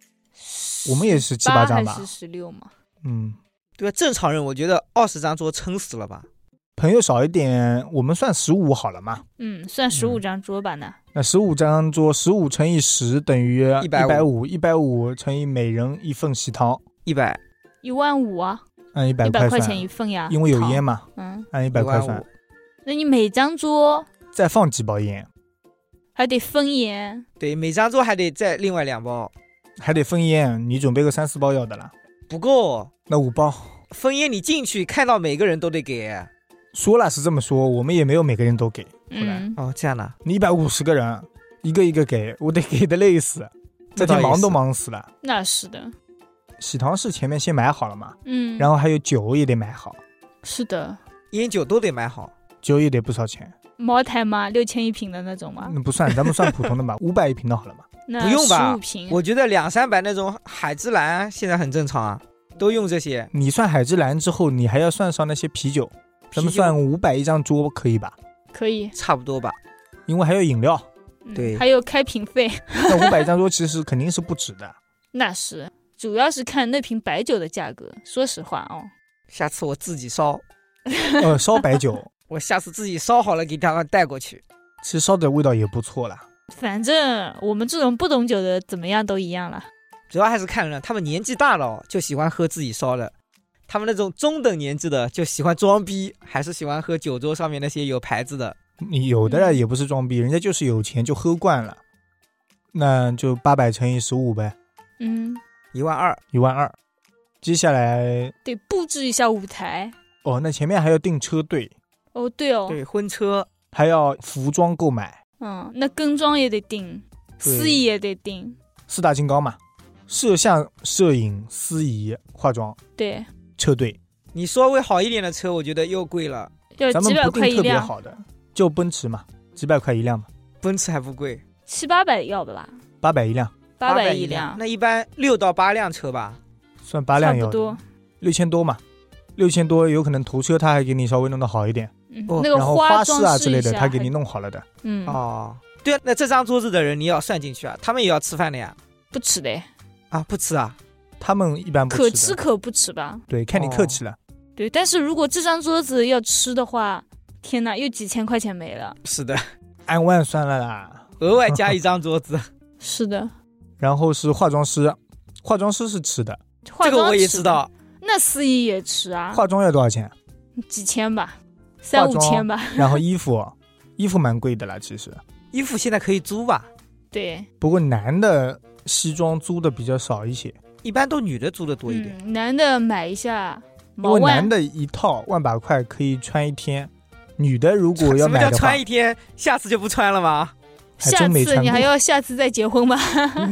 [SPEAKER 2] 我们也是七八张吧
[SPEAKER 3] 还是，十六嘛？
[SPEAKER 2] 嗯，
[SPEAKER 4] 对吧？正常人我觉得二十张桌撑死了吧？
[SPEAKER 2] 朋友少一点，我们算十五好了嘛？
[SPEAKER 3] 嗯，算十五张桌吧呢。
[SPEAKER 2] 那十五张桌，十五乘以十等于一百
[SPEAKER 4] 150
[SPEAKER 2] 五，一百五乘以每人一份喜糖，
[SPEAKER 4] 一百
[SPEAKER 3] 一万五啊，
[SPEAKER 2] 按一百
[SPEAKER 3] 一百块
[SPEAKER 2] 算，
[SPEAKER 3] 钱一份呀。
[SPEAKER 2] 因为有烟
[SPEAKER 3] 嘛。
[SPEAKER 2] 嘛，
[SPEAKER 3] 嗯，
[SPEAKER 2] 按一百
[SPEAKER 4] 一
[SPEAKER 2] 块
[SPEAKER 4] 万
[SPEAKER 2] 算
[SPEAKER 4] 五，，
[SPEAKER 3] 那你每张桌
[SPEAKER 2] 再放几包烟，
[SPEAKER 3] 还得分烟，
[SPEAKER 4] 对，每张桌还得再另外两包，
[SPEAKER 2] 还得分烟，你准备个三四包要的啦，
[SPEAKER 4] 不够。
[SPEAKER 2] 那五包。
[SPEAKER 4] 枫叶，你进去看到每个人都得给
[SPEAKER 2] 说了是这么说，我们也没有每个人都给。来
[SPEAKER 3] 嗯，
[SPEAKER 4] 哦，这样的。
[SPEAKER 2] 你一百五十个人，一个一个给，我得给的累死，这天忙都忙死了。
[SPEAKER 3] 那是的，
[SPEAKER 2] 喜糖是前面先买好了嘛，
[SPEAKER 3] 嗯，
[SPEAKER 2] 然
[SPEAKER 3] 后
[SPEAKER 2] 后还有酒也得买好，
[SPEAKER 3] 是的，
[SPEAKER 4] 烟酒都得买好，
[SPEAKER 2] 酒也得不少钱，
[SPEAKER 3] 茅台嘛，六千一瓶的那种嘛，
[SPEAKER 2] 那不算，咱们算普通的吧，五百一瓶的好了嘛。
[SPEAKER 3] 那
[SPEAKER 4] 不用吧
[SPEAKER 3] 十五瓶，
[SPEAKER 4] 我觉得两三百那种海之蓝现在很正常啊，都用这些。
[SPEAKER 2] 你算海之蓝之后，你还要算上那些啤酒，咱们
[SPEAKER 4] 啤酒
[SPEAKER 2] 算五百一张桌可以吧？
[SPEAKER 3] 可以，
[SPEAKER 4] 差不多吧，
[SPEAKER 2] 因为还有饮料，
[SPEAKER 3] 嗯
[SPEAKER 4] 对
[SPEAKER 3] 还有开瓶费， [LAUGHS]
[SPEAKER 2] 那五百张桌其实肯定是不止的。
[SPEAKER 3] 那是，主要是看那瓶白酒的价格，说实话哦， [LAUGHS]
[SPEAKER 4] 下次我自己烧，
[SPEAKER 2] 呃，烧白酒
[SPEAKER 4] 我下次自己烧好了给他们带过去。
[SPEAKER 2] 其实烧的味道也不错啦。
[SPEAKER 3] 反正我们这种不懂酒的，怎么样都一样了。
[SPEAKER 4] 主要还是看人，他们年纪大了哦，就喜欢喝自己烧的；他们那种中等年纪的就喜欢装逼，还是喜欢喝酒桌上面那些有牌子的。
[SPEAKER 2] 你有的人也不是装逼，人家就是有钱就喝惯了，那就八百乘以十五呗，
[SPEAKER 3] 嗯，
[SPEAKER 4] 一万二，
[SPEAKER 2] 一万二。接下来
[SPEAKER 3] 得布置一下舞台。
[SPEAKER 2] 哦，那前面还要订车队，
[SPEAKER 3] 哦，对哦，
[SPEAKER 4] 对，婚车
[SPEAKER 2] 还要服装购买，
[SPEAKER 3] 嗯，那跟妆也得定，
[SPEAKER 2] 对
[SPEAKER 3] 司仪也得定，
[SPEAKER 2] 四大金刚嘛，摄像、摄影、司仪、化妆、
[SPEAKER 3] 对，
[SPEAKER 2] 车队，
[SPEAKER 4] 你稍微好一点的车，我觉得又贵了，
[SPEAKER 3] 要
[SPEAKER 2] 咱
[SPEAKER 3] 呃几
[SPEAKER 2] 们
[SPEAKER 3] 百
[SPEAKER 2] 不
[SPEAKER 3] 块
[SPEAKER 2] 定
[SPEAKER 3] 一
[SPEAKER 2] 特别
[SPEAKER 3] 辆，
[SPEAKER 2] 好的，就奔驰嘛，几百块一辆嘛，
[SPEAKER 4] 奔驰还不贵，
[SPEAKER 3] 七八百要的吧，
[SPEAKER 2] 八百一辆，
[SPEAKER 3] 八
[SPEAKER 4] 百
[SPEAKER 3] 一
[SPEAKER 4] 辆，那一般六到八辆车吧。
[SPEAKER 2] 算八辆
[SPEAKER 3] 差
[SPEAKER 2] 有
[SPEAKER 3] 不多
[SPEAKER 2] 的，。六千多嘛，六千多有可能头车他还给你稍微弄得好一点，
[SPEAKER 3] 嗯，
[SPEAKER 4] 哦
[SPEAKER 3] 那个
[SPEAKER 2] 然后花
[SPEAKER 3] 装
[SPEAKER 2] 式啊
[SPEAKER 3] 饰
[SPEAKER 2] 之类的
[SPEAKER 3] 一下
[SPEAKER 2] 他给
[SPEAKER 3] 还
[SPEAKER 2] 你弄好了的，
[SPEAKER 3] 嗯、
[SPEAKER 4] 哦，对啊，那这张桌子的人你也要算进去啊，他们也要吃饭的呀。
[SPEAKER 3] 不吃的，
[SPEAKER 4] 啊，不吃啊，
[SPEAKER 2] 他们一般不
[SPEAKER 3] 可
[SPEAKER 2] 吃
[SPEAKER 3] 吃
[SPEAKER 2] 的，
[SPEAKER 3] 可不吃吧。
[SPEAKER 2] 对，看你
[SPEAKER 4] 哦
[SPEAKER 2] 客气了。
[SPEAKER 3] 对，但是如果这张桌子要吃的话，天哪，又几千块钱没了。
[SPEAKER 4] 是
[SPEAKER 3] [LAUGHS]
[SPEAKER 4] 的，
[SPEAKER 2] 按万算了啦。
[SPEAKER 4] 额外加一张桌子，
[SPEAKER 3] 是的，
[SPEAKER 2] 然后是化妆师，化妆师是吃的，
[SPEAKER 3] 化
[SPEAKER 4] 这个
[SPEAKER 3] 妆
[SPEAKER 4] 我也
[SPEAKER 3] 吃
[SPEAKER 4] 知，道。
[SPEAKER 3] 那司仪也吃啊，
[SPEAKER 2] 化妆要多少钱？
[SPEAKER 3] 几千吧，三五
[SPEAKER 2] 妆
[SPEAKER 3] 千吧。 [LAUGHS]
[SPEAKER 2] 然后衣服，衣服蛮贵的啦，其实。
[SPEAKER 4] 衣服现在可以租吧，
[SPEAKER 3] 对，
[SPEAKER 2] 不过男的西装租的比较少一些，
[SPEAKER 4] 一般都女的租的多一点。
[SPEAKER 3] 嗯，男的买一下
[SPEAKER 2] 因
[SPEAKER 3] 毛
[SPEAKER 2] 为
[SPEAKER 3] 哦万
[SPEAKER 2] 男的一套万把块可以穿一天，女的如果要
[SPEAKER 4] 什么
[SPEAKER 2] 买
[SPEAKER 4] 叫
[SPEAKER 2] 的话
[SPEAKER 4] 穿，一天，下次就不穿了吗？
[SPEAKER 2] 还
[SPEAKER 3] 下
[SPEAKER 2] 真没
[SPEAKER 3] 次
[SPEAKER 2] 穿
[SPEAKER 3] 你还
[SPEAKER 2] 过。
[SPEAKER 3] 要下次再结婚吧？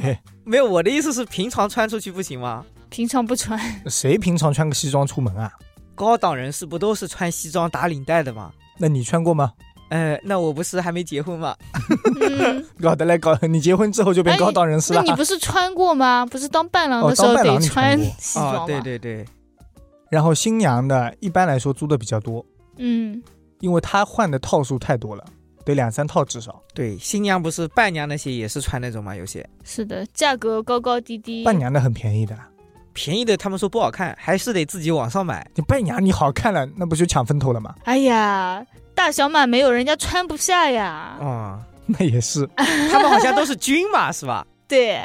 [SPEAKER 2] 对
[SPEAKER 4] 没有，我的意思是平常穿出去不行吗？
[SPEAKER 3] [LAUGHS] 平常不
[SPEAKER 4] [LAUGHS]
[SPEAKER 3] 穿，
[SPEAKER 2] 谁平常穿个西装出门啊？
[SPEAKER 4] 高档人士不都是穿西装打领带的吗？
[SPEAKER 2] 那你穿过吗？
[SPEAKER 4] 呃，那我不是还没结婚吗？
[SPEAKER 3] 嗯，
[SPEAKER 2] 搞得来搞， [LAUGHS] 你结婚之后就变
[SPEAKER 3] 哎
[SPEAKER 2] 高档人士
[SPEAKER 3] 那
[SPEAKER 2] 了。
[SPEAKER 3] 你不是穿过吗？ [LAUGHS] 不是当伴郎
[SPEAKER 2] 哦
[SPEAKER 3] 的时
[SPEAKER 2] 当
[SPEAKER 3] 候
[SPEAKER 2] 伴
[SPEAKER 3] 得
[SPEAKER 2] 郎你穿
[SPEAKER 3] 穿
[SPEAKER 2] 过
[SPEAKER 3] 西装吗？
[SPEAKER 4] 哦，对对对，
[SPEAKER 2] 然后新娘的一般来说租的比较多，
[SPEAKER 3] 嗯，
[SPEAKER 2] 因为她换的套数太多了，得两三套至少。
[SPEAKER 4] 对，新娘不是伴娘那些也是穿那种吗？有些
[SPEAKER 3] 是的，价格高高低低。
[SPEAKER 2] 伴娘的很便宜的啦。
[SPEAKER 4] 便宜的他们说不好看，还是得自己网上买。
[SPEAKER 2] 你伴娘你好看了，那不就抢风头了吗？ [LAUGHS]
[SPEAKER 3] 哎呀，大小码没有人家穿不下呀。
[SPEAKER 4] 哦，
[SPEAKER 2] 那也是，
[SPEAKER 4] 他们好像都是均码是
[SPEAKER 3] [LAUGHS]
[SPEAKER 4] 吧？
[SPEAKER 3] 对，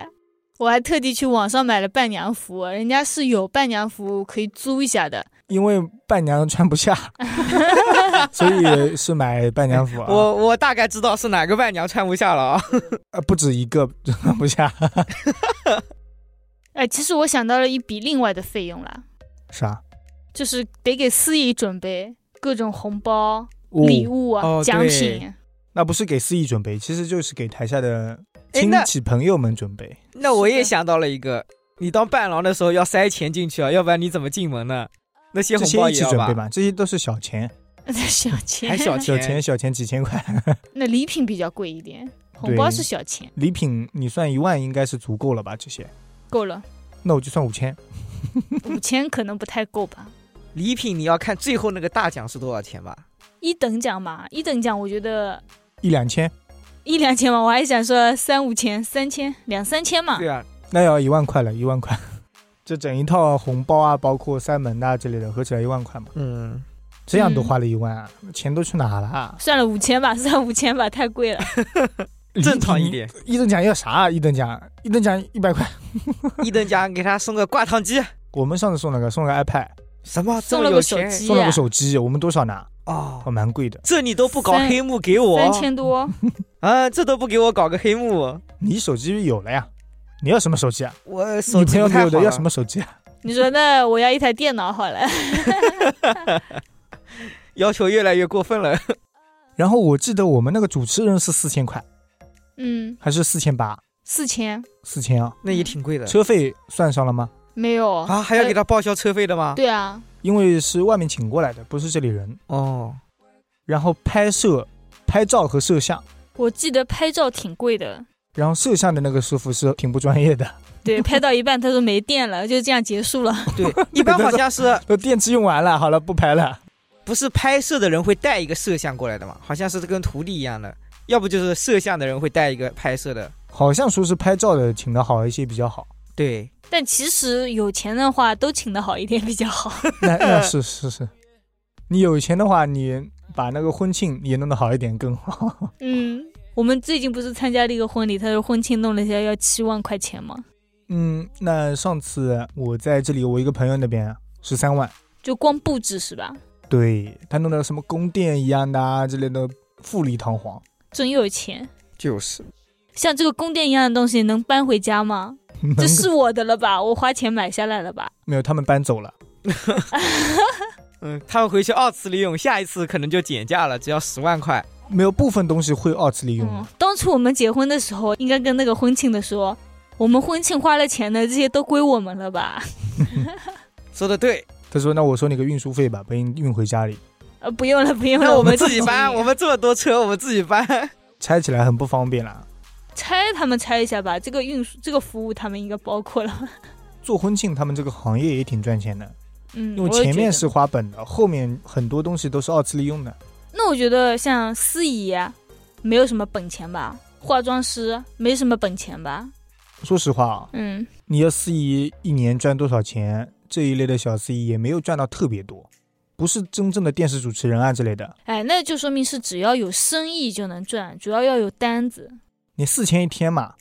[SPEAKER 3] 我还特地去网上买了伴娘服，人家是有伴娘服可以租一下的。
[SPEAKER 2] 因为伴娘穿不下，所以是买伴娘服啊，
[SPEAKER 4] 我我大概知道是哪个伴娘穿不下了
[SPEAKER 3] [LAUGHS]
[SPEAKER 4] 啊。
[SPEAKER 2] 呃，不止一个穿不下，
[SPEAKER 3] 哎，其实我想到了一笔另外的费用啦，
[SPEAKER 2] 啥？
[SPEAKER 3] 就是得给司仪准备各种红包、
[SPEAKER 2] 哦，
[SPEAKER 3] 礼物、啊、
[SPEAKER 4] 哦
[SPEAKER 3] 奖
[SPEAKER 4] 对
[SPEAKER 3] 品。 [LAUGHS]
[SPEAKER 2] 那不是给司仪准备，其实就是给台下的
[SPEAKER 4] 哎
[SPEAKER 2] 亲
[SPEAKER 4] 那
[SPEAKER 2] 戚朋友们准备。
[SPEAKER 4] 那我
[SPEAKER 3] 是的
[SPEAKER 4] 也想到了一个，你当伴郎的时候要塞钱进去啊，要不然你怎么进门呢？那些
[SPEAKER 2] 这
[SPEAKER 4] 红
[SPEAKER 2] 些
[SPEAKER 4] 包
[SPEAKER 2] 一
[SPEAKER 4] 也
[SPEAKER 2] 起
[SPEAKER 4] 要
[SPEAKER 2] 准备
[SPEAKER 4] 吧？
[SPEAKER 2] 吧，这些都是小钱，
[SPEAKER 3] 小钱，
[SPEAKER 4] 还小
[SPEAKER 2] 小
[SPEAKER 4] 钱
[SPEAKER 2] 钱，小钱几千块，
[SPEAKER 3] [LAUGHS] 那礼品比较贵一点，红包
[SPEAKER 2] 对
[SPEAKER 3] 是小钱，
[SPEAKER 2] 礼品你算一万应该是足够了吧？这些，
[SPEAKER 3] 够了，
[SPEAKER 2] 那我就算五千，
[SPEAKER 3] 五千可能不太够吧。
[SPEAKER 4] 礼品你要看最后那个大奖是多少钱吧？
[SPEAKER 3] 一等奖嘛，一等奖我觉得
[SPEAKER 2] 一两千，
[SPEAKER 3] 一两千嘛，我还想说三五千、三千、两三千嘛
[SPEAKER 4] 对。啊，
[SPEAKER 2] 那要一万块了，一万块， [LAUGHS] 这整一套红包啊，包括三门啊之类的，合起来一万块嘛，
[SPEAKER 4] 嗯，
[SPEAKER 2] 这样都花了一万啊，钱都去哪了啊？
[SPEAKER 3] 算了，五千吧，算五千吧，太贵了。
[SPEAKER 4] 正常一点。
[SPEAKER 2] 一等奖要啥啊？一等奖，一等奖一百块。
[SPEAKER 4] 一等奖给他送个挂烫机，
[SPEAKER 2] 我们上次送了个，送了个 iPad，
[SPEAKER 4] 什么这
[SPEAKER 3] 送
[SPEAKER 4] 么
[SPEAKER 3] 了
[SPEAKER 4] 有
[SPEAKER 3] 个手
[SPEAKER 4] 钱
[SPEAKER 3] 机，啊
[SPEAKER 2] 送了个手机，我们多少拿？
[SPEAKER 4] 哦
[SPEAKER 2] 哦，，蛮贵的。
[SPEAKER 4] 这你都不搞
[SPEAKER 3] 三
[SPEAKER 4] 黑幕给我
[SPEAKER 3] 三千多，
[SPEAKER 4] 啊？这都不给我搞个黑幕，
[SPEAKER 2] 你手机有了呀？你要什么手机啊？
[SPEAKER 4] 我手
[SPEAKER 2] 你
[SPEAKER 4] 机
[SPEAKER 2] 朋友
[SPEAKER 4] 不太
[SPEAKER 2] 有
[SPEAKER 4] 好
[SPEAKER 2] 的
[SPEAKER 4] 了。
[SPEAKER 2] 要什么手机啊？
[SPEAKER 3] 你说那我要一台电脑好了。 [LAUGHS]
[SPEAKER 4] 要求越来越过分了？
[SPEAKER 2] 然后我记得我们那个主持人是四千块，
[SPEAKER 3] 嗯，
[SPEAKER 2] 还是四千八？
[SPEAKER 3] 四千
[SPEAKER 2] 四千啊？
[SPEAKER 4] 那也挺贵的
[SPEAKER 2] 车费算上了吗？
[SPEAKER 3] 没有
[SPEAKER 4] 啊，还要给
[SPEAKER 3] 他？
[SPEAKER 4] 他报销车费的吗？
[SPEAKER 3] 对啊，
[SPEAKER 2] 因为是外面请过来的，不是这里人。
[SPEAKER 4] 哦，
[SPEAKER 2] 然后拍摄、拍照和摄像，
[SPEAKER 3] 我记得拍照挺贵的。
[SPEAKER 2] 然后摄像的那个师傅是挺不专业的，
[SPEAKER 3] 对，拍到一半他说没电了，就这样结束了。 [LAUGHS]
[SPEAKER 4] 对，一般好像是
[SPEAKER 2] 都电池用完了，好了，不拍了。
[SPEAKER 4] 不是拍摄的人会带一个摄像过来的嘛？好像是跟徒弟一样的，要不就是摄像的人会带一个拍摄的。
[SPEAKER 2] 好像说是拍照的请的好一些比较好，
[SPEAKER 4] 对，
[SPEAKER 3] 但其实有钱的话都请的好一点比较好。
[SPEAKER 2] [LAUGHS] 那
[SPEAKER 3] [LAUGHS]
[SPEAKER 2] 那是是是，你有钱的话，你把那个婚庆也弄得好一点更好。 [LAUGHS]
[SPEAKER 3] 嗯，我们最近不是参加了一个婚礼，他说婚庆弄了一下要七万块钱嘛，
[SPEAKER 2] 嗯，那上次我在这里，我一个朋友那边十三万，
[SPEAKER 3] 就光布置是吧？
[SPEAKER 2] 对他弄的什么宫殿一样的啊之类的，富丽堂皇，
[SPEAKER 3] 真有钱。
[SPEAKER 4] 就是
[SPEAKER 3] 像这个宫殿一样的东西能搬回家
[SPEAKER 4] [LAUGHS]
[SPEAKER 3] 吗？
[SPEAKER 2] 能
[SPEAKER 3] 这是我的了吧？我花钱买下来了吧？
[SPEAKER 2] 没有他们搬走了。
[SPEAKER 4] 嗯，他们回去二次利用，下一次可能就减价了，只要十万块。
[SPEAKER 2] 没有部分东西会二次利用的，
[SPEAKER 3] 嗯，当初我们结婚的时候，应该跟那个婚庆的说，我们婚庆花了钱的，这些都归我们了吧？ [LAUGHS]
[SPEAKER 4] 说的对，
[SPEAKER 2] 他说：“那我收你个运输费吧，把你运回家里，
[SPEAKER 3] 呃，不用了，不用了，
[SPEAKER 4] 那哎我们
[SPEAKER 3] 自嗯
[SPEAKER 4] 自己搬，我们这么多车，我们自己搬。
[SPEAKER 2] 拆起来很不方便啦。
[SPEAKER 3] 拆他们拆一下吧。这个运输这个服务他们应该包括了。
[SPEAKER 2] 做婚庆，他们这个行业也挺赚钱的，
[SPEAKER 3] 嗯，
[SPEAKER 2] 因为
[SPEAKER 3] 我也
[SPEAKER 2] 前面
[SPEAKER 3] 觉得
[SPEAKER 2] 是花本的，后面很多东西都是二次利用的。
[SPEAKER 3] 那我觉得像司仪啊，没有什么本钱吧，化妆师没什么本钱吧，
[SPEAKER 2] 说实话啊，
[SPEAKER 3] 嗯，
[SPEAKER 2] 你要司仪一年赚多少钱，这一类的小司仪也没有赚到特别多，不是真正的电视主持人啊之类的。
[SPEAKER 3] 哎，那就说明是只要有生意就能赚，主要要有单子。
[SPEAKER 2] 你四千一天嘛，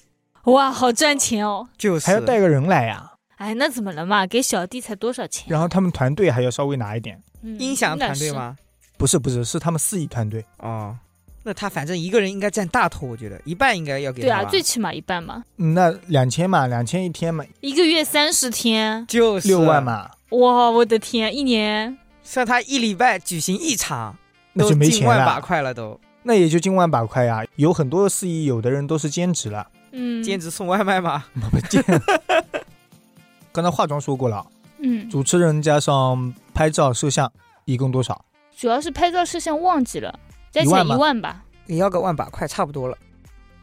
[SPEAKER 3] 哇，好赚钱哦！
[SPEAKER 4] [LAUGHS] 就是
[SPEAKER 2] 还要带个人来呀、
[SPEAKER 3] 哎，那怎么了嘛？给小弟才多少钱？
[SPEAKER 2] 然后他们团队还要稍微拿一点，
[SPEAKER 3] 嗯
[SPEAKER 4] 音响团队？吗？
[SPEAKER 2] 不是不是，是他们司仪团队。
[SPEAKER 4] 哦，那他反正一个人应该占大头，我觉得一半应该要
[SPEAKER 3] 应该是
[SPEAKER 4] 给
[SPEAKER 3] 对
[SPEAKER 4] 他
[SPEAKER 3] 啊，
[SPEAKER 4] 吧。
[SPEAKER 3] 最起码一半嘛，
[SPEAKER 2] 嗯那两千嘛，两千一天嘛，
[SPEAKER 3] 一个月三十天，
[SPEAKER 4] 就是啊
[SPEAKER 2] 六万，嘛，
[SPEAKER 3] 哇，我的天，一年
[SPEAKER 4] 算他一礼拜举行一场，
[SPEAKER 2] 那就没
[SPEAKER 4] 都
[SPEAKER 2] 钱
[SPEAKER 4] 近万把
[SPEAKER 2] 了。
[SPEAKER 4] 块了都，
[SPEAKER 2] 那也就近万把块呀、有很多司仪，有的人都是兼职了，
[SPEAKER 3] 嗯，
[SPEAKER 4] 兼职送外卖嘛。
[SPEAKER 2] 不兼。 [LAUGHS] 刚才化妆说过了，
[SPEAKER 3] 嗯，
[SPEAKER 2] 主持人加上拍照摄像，一共多少？
[SPEAKER 3] 主要是拍照摄像忘记了，加起
[SPEAKER 2] 一
[SPEAKER 3] 来
[SPEAKER 2] 万
[SPEAKER 3] 一
[SPEAKER 2] 吧
[SPEAKER 3] 万吧。
[SPEAKER 4] 也要个万把块，差不多了。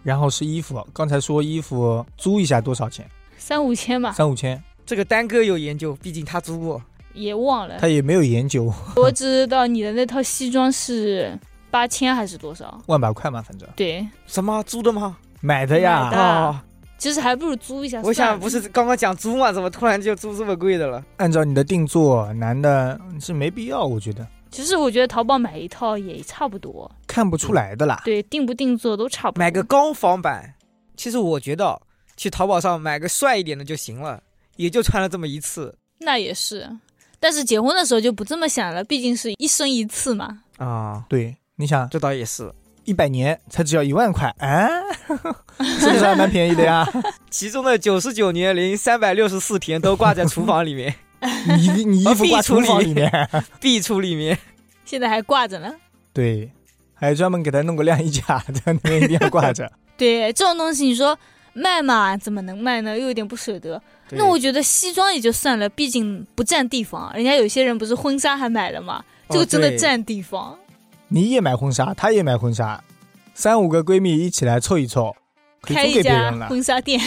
[SPEAKER 2] 然后是衣服，刚才说衣服租一下多少钱？
[SPEAKER 3] 三五千吧，
[SPEAKER 2] 三五千，
[SPEAKER 4] 这个丹哥有研究，毕竟他租过。
[SPEAKER 3] 也忘了
[SPEAKER 2] 他。也没有研究，
[SPEAKER 3] 我只知道你的那套西装是八千还是多少？
[SPEAKER 2] 万把块嘛，反正
[SPEAKER 3] 对，
[SPEAKER 4] 什么租的吗？
[SPEAKER 2] 买的呀。
[SPEAKER 3] 买的
[SPEAKER 4] 哦，
[SPEAKER 3] 其实还不如租一下。
[SPEAKER 4] 我想不，是刚刚讲租嘛，怎么突然就租这么贵的了？
[SPEAKER 2] 按照你的定做，男的是没必要，我觉得
[SPEAKER 3] 其实我觉得淘宝买一套也差不多，
[SPEAKER 2] 看不出来的啦。
[SPEAKER 3] 对，定不定做都差不多。
[SPEAKER 4] 买个高仿版，其实我觉得去淘宝上买个帅一点的就行了，也就穿了这么一次
[SPEAKER 3] 那也是，但是结婚的时候就不这么想了，毕竟是一生一次嘛。
[SPEAKER 4] 啊、
[SPEAKER 2] 对，你想
[SPEAKER 4] 这倒也是。
[SPEAKER 2] 一百年才只要一万块，啊， [LAUGHS] 是不是还蛮便宜的呀？
[SPEAKER 4] 其中的九十九年零三百六十四天都挂在厨房里 [LAUGHS] 面，
[SPEAKER 2] 你你衣服挂厨房里面， [LAUGHS]
[SPEAKER 4] 壁橱里面。
[SPEAKER 3] 现在还挂着呢。
[SPEAKER 2] 对，还专门给他弄个晾衣架，在那边一定要挂着。
[SPEAKER 3] 对，这种东西你说卖嘛，怎么能卖呢？又有点不舍得。
[SPEAKER 4] 对
[SPEAKER 3] 那我觉得西装也就算了，毕竟不占地方。人家有些人不是婚纱还买了嘛，这个真的
[SPEAKER 4] 哦对
[SPEAKER 3] 占地方。
[SPEAKER 2] 你也买婚纱，她也买婚纱，三五个闺蜜一起来凑一凑，可以
[SPEAKER 3] 开
[SPEAKER 2] 租
[SPEAKER 3] 一
[SPEAKER 2] 给别
[SPEAKER 3] 家
[SPEAKER 2] 人了。
[SPEAKER 3] 婚纱店，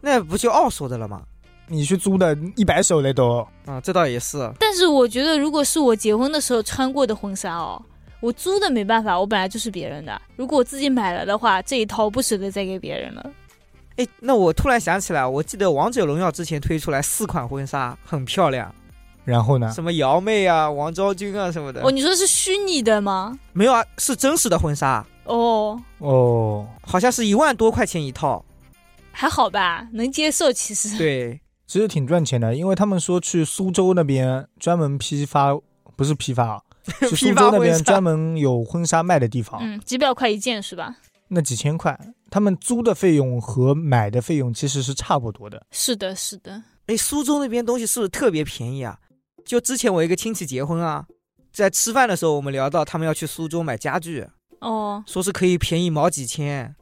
[SPEAKER 4] 那不就二手的了吗？
[SPEAKER 2] 你去租的一百手嘞都，
[SPEAKER 4] 啊、这倒也是。
[SPEAKER 3] 但是我觉得，如果是我结婚的时候穿过的婚纱哦，我租的没办法，我本来就是别人的。如果我自己买了的话，这一套我不舍得再给别人了。
[SPEAKER 4] 哎，那我突然想起来，我记得《王者荣耀》之前推出来四款婚纱，很漂亮，
[SPEAKER 2] 然后呢？
[SPEAKER 4] 什么瑶妹啊、王昭君啊什么的。
[SPEAKER 3] 哦，你说是虚拟的吗？
[SPEAKER 4] 没有啊，是真实的婚纱，
[SPEAKER 3] 哦，
[SPEAKER 2] 哦，
[SPEAKER 4] 好像是一万多块钱一套。
[SPEAKER 3] 还好吧，能接受
[SPEAKER 2] [LAUGHS]
[SPEAKER 3] 其实。
[SPEAKER 4] 对，
[SPEAKER 2] 其实挺赚钱的，因为他们说去苏州那边专门批发，不是批发
[SPEAKER 4] [LAUGHS]
[SPEAKER 2] 啊，去苏
[SPEAKER 4] 批发
[SPEAKER 2] 州那
[SPEAKER 4] 婚
[SPEAKER 2] 边
[SPEAKER 4] 纱
[SPEAKER 2] 专。门有婚纱卖的地方，
[SPEAKER 3] 嗯，几百块一件是吧？
[SPEAKER 2] 那几千块，他们租的费用和买的费用其实是差不多的。
[SPEAKER 3] 是的，是的。
[SPEAKER 4] 哎，苏州那边东西是不是特别便宜啊？就之前我一个亲戚结婚啊，在吃饭的时候我们聊到他们要去苏州买家具，
[SPEAKER 3] 哦，
[SPEAKER 4] 说是可以便宜毛几千。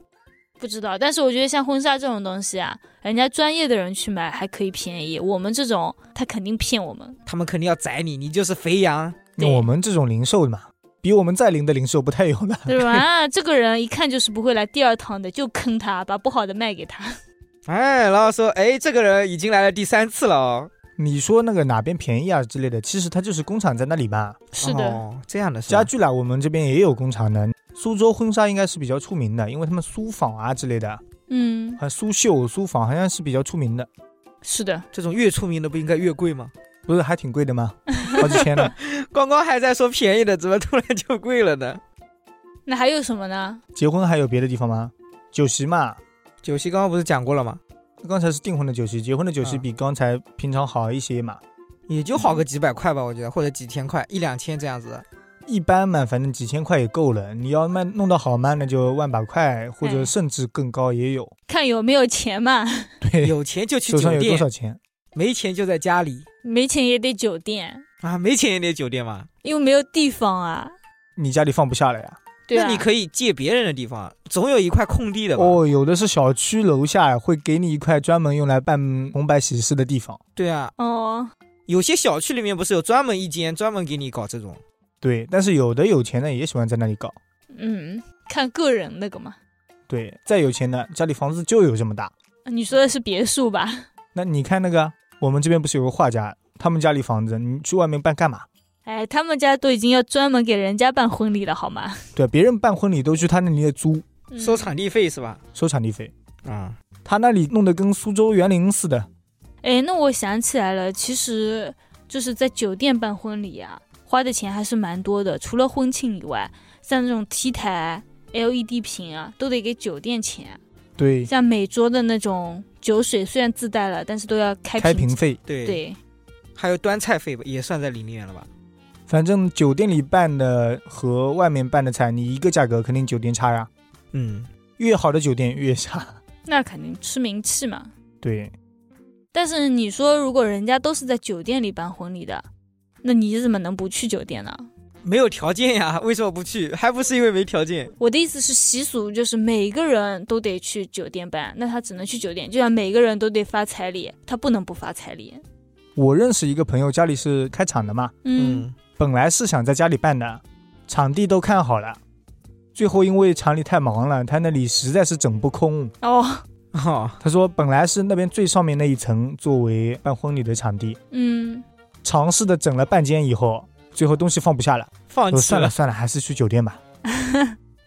[SPEAKER 3] 不知道，但是我觉得像婚纱这种东西啊，人家专业的人去买还可以便宜，我们这种他肯定骗我们。
[SPEAKER 4] 他们肯定要宰你，你就是肥羊。
[SPEAKER 2] 那
[SPEAKER 3] 对
[SPEAKER 2] 我们这种零售的嘛，比我们再零的零售不太有了。 [LAUGHS]
[SPEAKER 3] 对吧？啊这个人一看就是不会来第二趟的，就坑他，把不好的卖
[SPEAKER 2] [LAUGHS]
[SPEAKER 3] 给他。
[SPEAKER 4] 哎，然后说，哎，这个人已经来了第三次了哦。
[SPEAKER 2] 你说那个哪边便宜啊之类的，其实它就是工厂在那里嘛。
[SPEAKER 3] 是的，
[SPEAKER 4] 哦、这样的是吧
[SPEAKER 2] 家具啦，我们这边也有工厂的。苏州婚纱应该是比较出名的，因为他们苏纺啊之类的，
[SPEAKER 3] 嗯，
[SPEAKER 2] 啊苏绣、苏纺好像是比较出名的，
[SPEAKER 3] 是的，
[SPEAKER 4] 这种越出名的不应该越贵吗？
[SPEAKER 2] 不是还挺贵的吗？好几
[SPEAKER 4] [LAUGHS]
[SPEAKER 2] 千呢。
[SPEAKER 4] 刚刚还在说便宜的，怎么突然就贵了呢？
[SPEAKER 3] 那还有什么呢？
[SPEAKER 2] 结婚还有别的地方吗？酒席嘛，
[SPEAKER 4] 九夕刚刚不是讲过了吗？
[SPEAKER 2] 刚才是订婚的酒席，结婚的酒席
[SPEAKER 4] 嗯
[SPEAKER 2] 比刚才平常好一些嘛。
[SPEAKER 4] 也就好个几百块吧，我觉得，或者几千块，一两千这样子。
[SPEAKER 2] 一般嘛，反正几千块也够了。你要卖弄得好嘛，那就万把块，或者
[SPEAKER 3] 哎
[SPEAKER 2] 甚至更高也有。
[SPEAKER 3] 看有没有钱嘛， [LAUGHS]
[SPEAKER 2] 对，
[SPEAKER 4] 有钱就去
[SPEAKER 2] 手上
[SPEAKER 4] 酒
[SPEAKER 2] 有多
[SPEAKER 4] 店，
[SPEAKER 2] 少钱？
[SPEAKER 4] 没钱就在家里
[SPEAKER 3] 没钱也得酒店，
[SPEAKER 4] 啊，没钱也得酒店嘛。
[SPEAKER 3] 因为没有地方啊。
[SPEAKER 2] 你家里放不下了呀？
[SPEAKER 3] 对啊，
[SPEAKER 4] 那你可以借别人的地方，总有一块空地的吧？
[SPEAKER 2] 哦，有的是小区楼下会给你一块专门用来办红白喜事的地方。
[SPEAKER 4] 对啊，
[SPEAKER 3] 哦，
[SPEAKER 4] 有些小区里面不是有专门一间专门给你搞这种？
[SPEAKER 2] 对，但是有的有钱的也喜欢在那里搞。
[SPEAKER 3] 嗯，看个人那个嘛。
[SPEAKER 2] 对，再有钱的家里房子就有这么大。
[SPEAKER 3] 你说的是别墅吧？ [LAUGHS]
[SPEAKER 2] 那你看那个，我们这边不是有个画家，他们家里房子，你去外面办干嘛？
[SPEAKER 3] 哎，他们家都已经要专门给人家办婚礼了，好吗？
[SPEAKER 2] 对，别人办婚礼都去他那里租，
[SPEAKER 3] 嗯
[SPEAKER 4] 收场地费是吧？
[SPEAKER 2] 收场地费。
[SPEAKER 4] 啊、
[SPEAKER 2] 他那里弄得跟苏州园林似的。
[SPEAKER 3] 哎，那我想起来了，其实就是在酒店办婚礼啊，花的钱还是蛮多的。除了婚庆以外，像那种 T 台、LED 屏啊，都得给酒店钱。
[SPEAKER 2] 对，
[SPEAKER 3] 像每桌的那种酒水，虽然自带了，但是都要开
[SPEAKER 2] 开
[SPEAKER 3] 瓶
[SPEAKER 2] 瓶。费，
[SPEAKER 4] 对，
[SPEAKER 3] 对，
[SPEAKER 4] 还有端菜费吧，也算在里面了吧？
[SPEAKER 2] 反正酒店里办的和外面办的菜，你一个价格肯定酒店差呀，
[SPEAKER 4] 嗯，
[SPEAKER 2] 越好的酒店越差。
[SPEAKER 3] 那肯定吃名气嘛。
[SPEAKER 2] 对，
[SPEAKER 3] 但是你说，如果人家都是在酒店里办婚礼的，那你怎么能不去酒店呢？
[SPEAKER 4] 没有条件呀， [LAUGHS] 为什么不去？还不是因为没条件？
[SPEAKER 3] 我的意思是，习俗就是每个人都得去酒店办，那他只能去酒店，就像每个人都得发彩礼，他不能不发彩礼。
[SPEAKER 2] 我认识一个朋友，家里是开厂的嘛，
[SPEAKER 3] 嗯，
[SPEAKER 2] 本来是想在家里办的，场地都看好了，最后因为厂里太忙了，他那里实在是整不空。
[SPEAKER 3] 哦，
[SPEAKER 4] 嗯， [LAUGHS] 哦，
[SPEAKER 2] 他说本来是那边最上面那一层作为办婚礼的场地，
[SPEAKER 3] 嗯，
[SPEAKER 2] 尝试的整了半间以后，最后东西放不下了。
[SPEAKER 4] 放
[SPEAKER 2] 我
[SPEAKER 4] 弃
[SPEAKER 2] 哦算了算了，还是去酒店吧。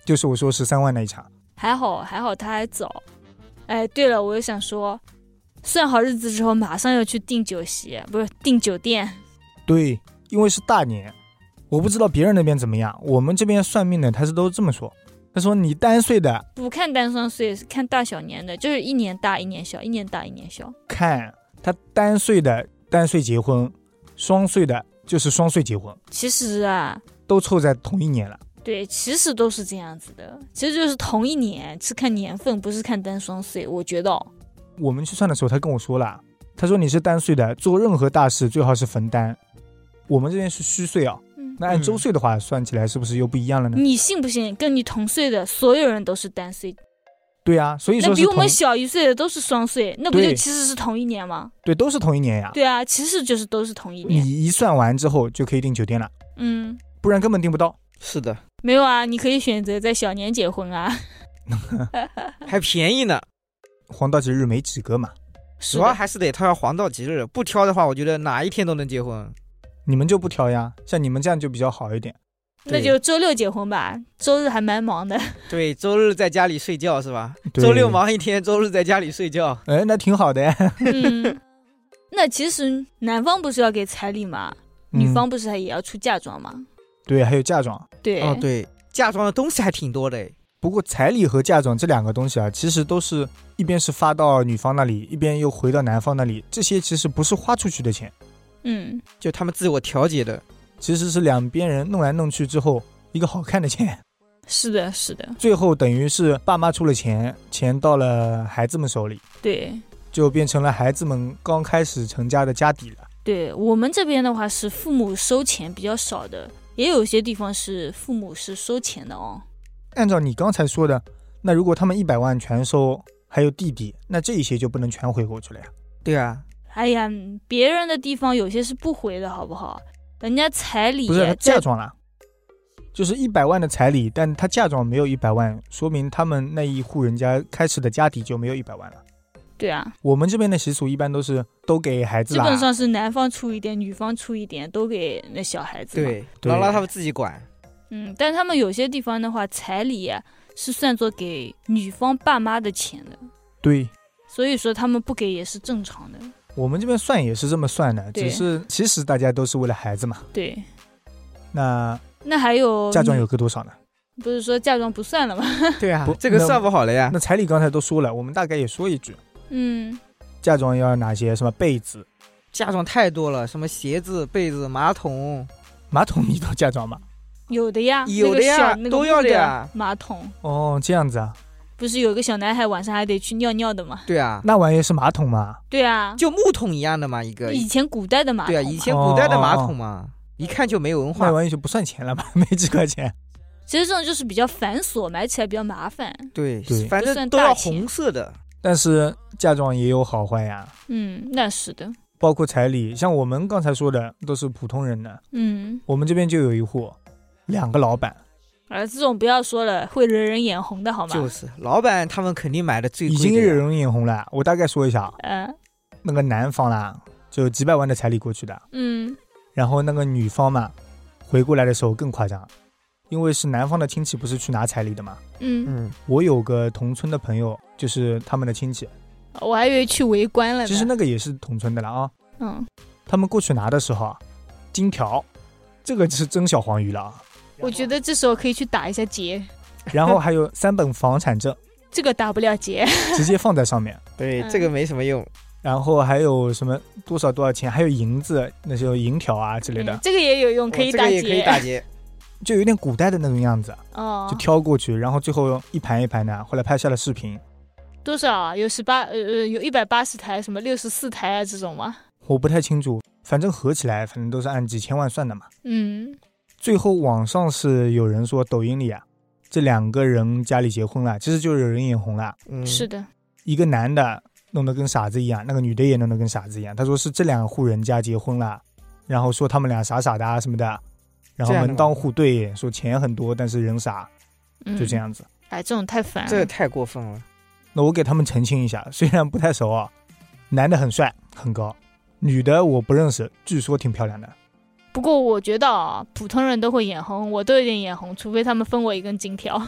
[SPEAKER 2] 就是我说十三万那一场，
[SPEAKER 3] 还好还好，他还早。哎，对了，我又想说，算好日子之后，马上要去订酒席，不是订酒店。
[SPEAKER 2] 对，因为是大年，我不知道别人那边怎么样，我们这边算命的他是都这么说，他说你单岁的
[SPEAKER 3] 不看单双岁，是看大小年的，就是一年大一年小，一年大一年小。
[SPEAKER 2] 看他单岁的单岁结婚，双岁的就是双岁结婚，
[SPEAKER 3] 其实啊，
[SPEAKER 2] 都凑在同一年了。
[SPEAKER 3] 对，其实都是这样子的，其实就是同一年，是看年份，不是看单双岁。我觉得哦，
[SPEAKER 2] 我们去算的时候，他跟我说了，他说你是单岁的，做任何大事最好是分担。我们这边是虚岁啊，
[SPEAKER 3] 嗯，
[SPEAKER 2] 那按
[SPEAKER 4] 嗯
[SPEAKER 2] 周岁的话，算起来是不是又不一样了呢？
[SPEAKER 3] 你信不信？跟你同岁的所有人都是单岁，
[SPEAKER 2] 对啊，所以
[SPEAKER 3] 那
[SPEAKER 2] 说
[SPEAKER 3] 比
[SPEAKER 2] 是
[SPEAKER 3] 我
[SPEAKER 2] 同
[SPEAKER 3] 们小一岁的都是双岁，那不就
[SPEAKER 2] 对
[SPEAKER 3] 其实是同一年吗？
[SPEAKER 2] 对都是同一年呀。
[SPEAKER 3] 对啊，其实就是都是同一年。
[SPEAKER 2] 你一算完之后就可以订酒店了， [LAUGHS]
[SPEAKER 3] 嗯，
[SPEAKER 2] 不然根本订不到。
[SPEAKER 3] [LAUGHS]
[SPEAKER 4] 是的，
[SPEAKER 3] 没有啊，你可以选择在小年结婚啊。
[SPEAKER 4] 还便宜呢。
[SPEAKER 2] 黄道吉日没几个嘛，
[SPEAKER 3] 是
[SPEAKER 4] 主要
[SPEAKER 3] 的，
[SPEAKER 4] 还是得挑黄道吉日，不挑的话，我觉得哪一天都能结婚。
[SPEAKER 2] 你们就不挑呀，像你们这样就比较好一点。
[SPEAKER 3] 那就周六结婚吧，周日还蛮忙的。
[SPEAKER 4] 对，周日在家里睡觉是吧？
[SPEAKER 2] 对
[SPEAKER 4] 周六忙一天，周日在家里睡觉。
[SPEAKER 2] 哎，那挺好的呀。
[SPEAKER 3] 嗯， [LAUGHS] 那其实男方不是要给彩礼嘛，女
[SPEAKER 2] 嗯
[SPEAKER 3] 方不是还也要出嫁妆嘛？
[SPEAKER 2] 对，还有嫁妆。
[SPEAKER 3] 对，
[SPEAKER 4] 哦，对，嫁妆的东西还挺多的诶。
[SPEAKER 2] 不过彩礼和嫁妆这两个东西啊，其实都是一边是发到女方那里，一边又回到男方那里。这些其实不是花出去的钱，
[SPEAKER 3] 嗯，
[SPEAKER 4] 就他们自我调节的。
[SPEAKER 2] 其实是两边人弄来弄去之后一个好看的钱， [LAUGHS]
[SPEAKER 3] 是的，是的，
[SPEAKER 2] 最后等于是爸妈出了钱，钱到了孩子们手里，
[SPEAKER 3] 对。
[SPEAKER 2] 就变成了孩子们刚开始成家的家底了。
[SPEAKER 3] 对我们这边的话是父母收钱比较少的，也有些地方是父母是收钱的哦。
[SPEAKER 2] 按照你刚才说的，那如果他们一百万全收，还有弟弟，那这一些就不能全回过去了呀。
[SPEAKER 4] 对啊，
[SPEAKER 3] 哎呀，别人的地方有些是不回的，好不好？人家彩礼
[SPEAKER 2] 不是他嫁
[SPEAKER 3] 在
[SPEAKER 2] 妆啦，就是一百万的彩礼，但他嫁妆没有一百万，说明他们那一户人家开始的家底就没有一百万了。
[SPEAKER 3] 对啊，
[SPEAKER 2] 我们这边的习俗一般都是都给孩子
[SPEAKER 3] 基
[SPEAKER 2] 啦，
[SPEAKER 3] 本上是男方出一点，女方出一点，都给那小孩子。，
[SPEAKER 4] 对，
[SPEAKER 2] 对
[SPEAKER 4] 劳拉他们自己管。
[SPEAKER 3] 嗯，但他们有些地方的话，彩礼、啊是算作给女方爸妈的钱的，
[SPEAKER 2] 对
[SPEAKER 3] 所以说他们不给也是正常的。
[SPEAKER 2] 我们这边算也是这么算的，
[SPEAKER 3] 对
[SPEAKER 2] 只是其实大家都是为了孩子嘛。
[SPEAKER 3] 对，
[SPEAKER 2] 那
[SPEAKER 3] 那还有
[SPEAKER 2] 嫁妆
[SPEAKER 3] 女
[SPEAKER 2] 有个多
[SPEAKER 3] [LAUGHS]
[SPEAKER 2] 少呢？
[SPEAKER 3] 不是说嫁妆不算了吗？ [LAUGHS]
[SPEAKER 4] 对啊
[SPEAKER 2] 不
[SPEAKER 4] 这个
[SPEAKER 2] 那
[SPEAKER 4] 算不好了呀。
[SPEAKER 2] 那彩礼刚才都说了，我们大概也说一句，
[SPEAKER 3] 嗯，
[SPEAKER 2] 嫁妆要哪些？什么被子、
[SPEAKER 4] 嫁妆太多了，什么鞋子、被子、马桶，
[SPEAKER 2] 马桶 [LAUGHS] 你都嫁妆吗？
[SPEAKER 3] 有的呀，
[SPEAKER 4] 有的呀
[SPEAKER 3] 那个小那个
[SPEAKER 4] 都要的呀
[SPEAKER 3] 木马桶
[SPEAKER 2] 哦，这样子啊，
[SPEAKER 3] 不是有个小男孩晚上还得去尿尿的吗？
[SPEAKER 4] 对啊，
[SPEAKER 2] 那玩意儿是马桶吗？
[SPEAKER 3] 对啊，
[SPEAKER 4] 就木桶一样的嘛，一个，
[SPEAKER 3] 以前古代的马桶
[SPEAKER 4] 对
[SPEAKER 3] 嘛，
[SPEAKER 4] 啊，以前古代的马桶嘛，一看就没有文
[SPEAKER 2] 那
[SPEAKER 4] 化。
[SPEAKER 2] 玩意就不算钱了吧？ [LAUGHS] 没几块钱。
[SPEAKER 3] 其实这种就是比较繁琐，买起来比较麻烦。
[SPEAKER 4] 对
[SPEAKER 2] 对，
[SPEAKER 4] 反
[SPEAKER 3] 就
[SPEAKER 4] 正
[SPEAKER 3] 算
[SPEAKER 4] 都
[SPEAKER 3] 大
[SPEAKER 4] 要
[SPEAKER 3] 钱
[SPEAKER 4] 红色的。
[SPEAKER 2] 但是嫁妆也有好坏呀，
[SPEAKER 3] 嗯，那是的。
[SPEAKER 2] 包括彩礼，像我们刚才说的都是普通人的，
[SPEAKER 3] 嗯，
[SPEAKER 2] 我们这边就有一户，两个老板，
[SPEAKER 3] 啊，这种不要说了，会惹人眼红的好吗？
[SPEAKER 4] 就是老板他们肯定买的最
[SPEAKER 2] 已
[SPEAKER 4] 贵的呀，
[SPEAKER 2] 经惹人眼红了。我大概说一下，啊，
[SPEAKER 3] 呃，
[SPEAKER 2] 那个男方啦，就几百万的彩礼过去的，
[SPEAKER 3] 嗯，
[SPEAKER 2] 然后那个女方嘛，回过来的时候更夸张，因为是男方的亲戚不是去拿彩礼的嘛。
[SPEAKER 3] 嗯，
[SPEAKER 4] 嗯，
[SPEAKER 2] 我有个同村的朋友，就是他们的亲戚，
[SPEAKER 3] 我还以为去围观了呢。
[SPEAKER 2] 其实那个也是同村的了啊。
[SPEAKER 3] 嗯，
[SPEAKER 2] 他们过去拿的时候啊，金条，这个是真小黄鱼了啊。
[SPEAKER 3] 我觉得这时候可以去打一下劫，
[SPEAKER 2] 然后还有三本房产证，
[SPEAKER 3] 这个打不了劫。
[SPEAKER 2] 直接放在上面。
[SPEAKER 4] 对，
[SPEAKER 3] 嗯
[SPEAKER 4] 这个没什么用。
[SPEAKER 2] 然后还有什么多少多少钱，还有银子，那些银条啊之类的
[SPEAKER 3] 嗯，这个也有用，可以
[SPEAKER 4] 哦这
[SPEAKER 3] 打
[SPEAKER 4] 个
[SPEAKER 3] 劫。
[SPEAKER 4] 也可以打劫。
[SPEAKER 2] 就有点古代的那种样子，
[SPEAKER 3] 哦
[SPEAKER 2] 就，挑过去，然后最后一盘一盘的，后来拍下了视频。
[SPEAKER 3] 多少啊？有十八，呃呃，有一百八十台，什么六十四台啊这种吗？
[SPEAKER 2] 我不太清楚，反正合起来，反正都是按几千万算的嘛。
[SPEAKER 3] 嗯，
[SPEAKER 2] 最后网上是有人说抖音里啊，这两个人家里结婚了，其实就惹人眼红了，
[SPEAKER 4] 嗯，
[SPEAKER 3] 是的，
[SPEAKER 2] 一个男的弄得跟傻子一样，那个女的也弄得跟傻子一样。他说是这两户人家结婚了，然后说他们俩傻傻的啊什么的，然后
[SPEAKER 4] 这样的吗
[SPEAKER 2] 门当户对，说钱很多，但是人傻，
[SPEAKER 3] 嗯，
[SPEAKER 2] 就这。样子。
[SPEAKER 3] 哎，这种太烦了。
[SPEAKER 4] 这个太过分了。 [LAUGHS]
[SPEAKER 2] 那我给他们澄清一下，虽然不太熟啊，男的很帅很高，女的我不认识，据说挺漂亮的。
[SPEAKER 3] 不过我觉得啊，普通人都会眼红，我都有点眼红，除非他们分我一根金条。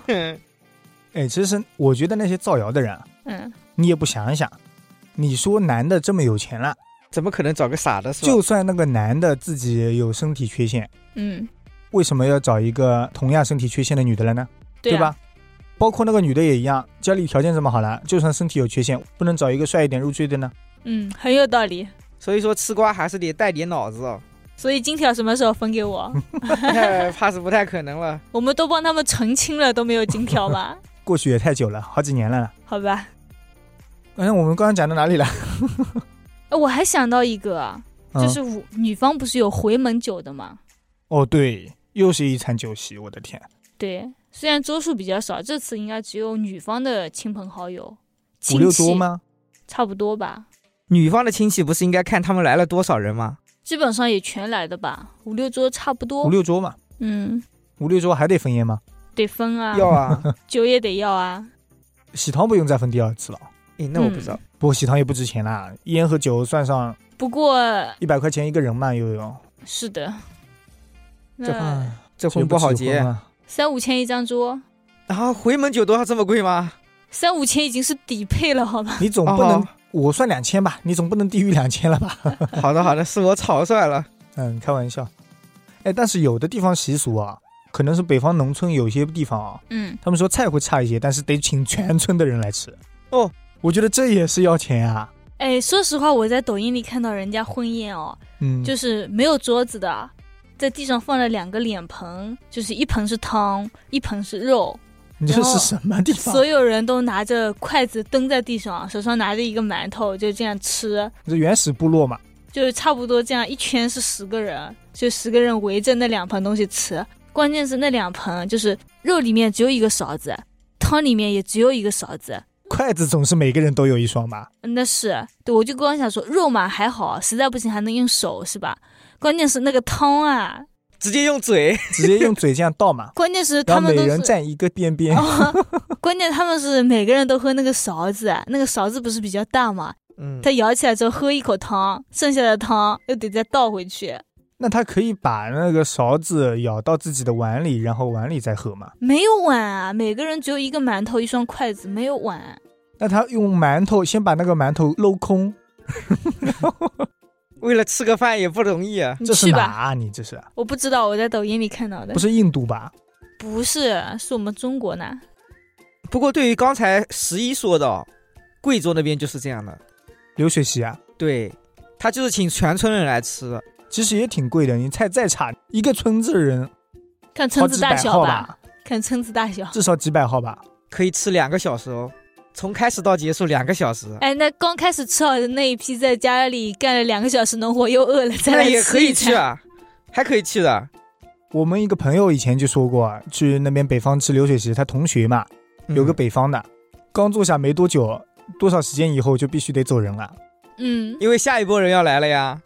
[SPEAKER 3] [LAUGHS]
[SPEAKER 2] 哎，其实我觉得那些造谣的人啊，
[SPEAKER 3] 嗯，
[SPEAKER 2] 你也不想一想，你说男的这么有钱了，
[SPEAKER 4] 怎么可能找个傻的是吧？
[SPEAKER 2] 就算那个男的自己有身体缺陷，
[SPEAKER 3] 嗯，
[SPEAKER 2] 为什么要找一个同样身体缺陷的女的了呢？
[SPEAKER 3] 对,、啊、
[SPEAKER 2] 吧？？包括那个女的也一样，家里条件这么好了，就算身体有缺陷，不能找一个帅一点入赘的呢？
[SPEAKER 3] 嗯，很有道理。
[SPEAKER 4] 所以说吃瓜还是得带点脑子哦， [LAUGHS]
[SPEAKER 3] 所以金条什么时候分给我？
[SPEAKER 4] 怕是不太可能了。
[SPEAKER 3] 我们都帮他们澄清了，都没有金条吧？ [LAUGHS]
[SPEAKER 2] 过去也太久了，好几年了。
[SPEAKER 3] 好吧。
[SPEAKER 2] 哎，我们刚刚讲到哪里了？
[SPEAKER 3] 哎我还想到一个啊，
[SPEAKER 2] 嗯
[SPEAKER 3] 就是我女方不是有回门酒的吗？
[SPEAKER 2] 哦，对，又是一餐酒席，我的天！
[SPEAKER 3] 对，虽然桌数比较少，这次应该只有女方的亲朋好友，
[SPEAKER 2] 五
[SPEAKER 3] 亲
[SPEAKER 2] 六
[SPEAKER 3] 戚
[SPEAKER 2] 桌吗？
[SPEAKER 3] 差不多吧，
[SPEAKER 4] 女方的亲戚不是应该看他们来了多少人吗？
[SPEAKER 3] 基本上也全来的吧，五六桌差不多。
[SPEAKER 2] 五六桌嘛，
[SPEAKER 3] 嗯，
[SPEAKER 2] 五六桌还得分烟吗？
[SPEAKER 3] 得分啊，[LAUGHS]
[SPEAKER 4] 要啊，
[SPEAKER 3] 酒也得要啊。
[SPEAKER 2] 喜糖不用再分第二次了，
[SPEAKER 4] 诶，那我
[SPEAKER 3] 嗯
[SPEAKER 4] 不知道。
[SPEAKER 2] 不过喜糖也不值钱啦，烟和酒算上
[SPEAKER 3] 不过
[SPEAKER 2] 一百块钱一个人嘛，悠悠。
[SPEAKER 3] 是的，
[SPEAKER 4] 这
[SPEAKER 3] 那
[SPEAKER 2] 哎
[SPEAKER 4] 这婚不好
[SPEAKER 2] 结
[SPEAKER 4] 结
[SPEAKER 2] 不起婚啊
[SPEAKER 3] 三五千一张桌，
[SPEAKER 4] 啊！回门酒都要这么贵吗？
[SPEAKER 3] 三五千已经是底配了，好吧？
[SPEAKER 2] 你总
[SPEAKER 4] 哦
[SPEAKER 2] 不能我算两千吧，你总不能低于两千了吧？
[SPEAKER 4] 好的好的，是我草率了。
[SPEAKER 2] 嗯，开玩笑。哎，但是有的地方习俗啊，可能是北方农村有些地方啊，
[SPEAKER 3] 嗯，
[SPEAKER 2] 他们说菜会差一些，但是得请全村的人来吃。
[SPEAKER 4] 哦，
[SPEAKER 2] 我觉得这也是要钱啊。
[SPEAKER 3] 哎，说实话，我在抖音里看到人家婚宴哦，
[SPEAKER 2] 嗯，
[SPEAKER 3] 就是没有桌子的，在地上放了两个脸盆，就是一盆是汤，一盆是肉，
[SPEAKER 2] 你这
[SPEAKER 3] 然后
[SPEAKER 2] 是什么地方？
[SPEAKER 3] 所有人都拿着筷子蹬在地上，手上拿着一个馒头，就这样吃，
[SPEAKER 2] 这原始部落嘛，
[SPEAKER 3] 就是差不多这样一圈是十个人，就十个人围着那两盆东西吃。关键是那两盆就是肉里面只有一个勺子，汤里面也只有一个勺子。
[SPEAKER 2] 筷子总是每个人都有一双吧？
[SPEAKER 3] 那是对，我就光想说肉嘛还好，实在不行还能用手是吧？关键是那个汤啊，，
[SPEAKER 4] 直接用嘴，
[SPEAKER 2] 直接用嘴这样倒嘛
[SPEAKER 3] 关键是
[SPEAKER 2] 然
[SPEAKER 3] [LAUGHS] 他
[SPEAKER 2] 后每
[SPEAKER 3] 们都
[SPEAKER 2] 人
[SPEAKER 3] 是，
[SPEAKER 2] 站一个边边。
[SPEAKER 3] 哦、关键他们是每个人都喝那个勺子，那个勺子不是比较大嘛，
[SPEAKER 4] 嗯，
[SPEAKER 3] 他舀起来之后喝一口汤，剩下的汤又得再倒回去，
[SPEAKER 2] 那他可以把那个勺子舀到自己的碗里，然后碗里再喝嘛？
[SPEAKER 3] 没有碗啊，每个人只有一个馒头一双筷子，没有碗。
[SPEAKER 2] 那他用馒头先把那个馒头搂空，
[SPEAKER 4] 为了吃个饭也不容易啊。
[SPEAKER 3] 你
[SPEAKER 2] 这是
[SPEAKER 3] 去
[SPEAKER 2] 哪
[SPEAKER 3] 吧，
[SPEAKER 2] 啊？你这是
[SPEAKER 3] 我不知道，我在抖音里看到的
[SPEAKER 2] 不，是印度吧？
[SPEAKER 3] 不是，是我们中国呢。
[SPEAKER 4] 不过对于刚才十一说的哦，贵州那边就是这样的，
[SPEAKER 2] 流水席啊，
[SPEAKER 4] 对他就是请全村人来吃，
[SPEAKER 2] 其实也挺贵的。你菜再差，一个村子人
[SPEAKER 3] 看
[SPEAKER 2] 好
[SPEAKER 3] 村子
[SPEAKER 2] 几
[SPEAKER 3] 大
[SPEAKER 2] 百
[SPEAKER 3] 小
[SPEAKER 2] 号
[SPEAKER 3] 吧，
[SPEAKER 2] 吧，
[SPEAKER 3] 看村子大小。
[SPEAKER 2] 至少几百号吧。
[SPEAKER 4] 可以吃两个小时哦，从开始到结束两个小时。
[SPEAKER 3] 哎，那刚开始吃好的那一批，在家里干了两个小时农活，又饿了，再
[SPEAKER 4] 那
[SPEAKER 3] 来
[SPEAKER 4] 也可
[SPEAKER 3] 吃一
[SPEAKER 4] 以去
[SPEAKER 3] 餐。
[SPEAKER 4] 啊，还可以去的。
[SPEAKER 2] 我们一个朋友以前就说过，去那边北方吃流水席，他同学嘛，有个
[SPEAKER 4] 嗯，
[SPEAKER 2] 北方的，刚坐下没多久，多少时间以后就必须得走人了。
[SPEAKER 3] 嗯，
[SPEAKER 4] 因为下一波人要来了呀。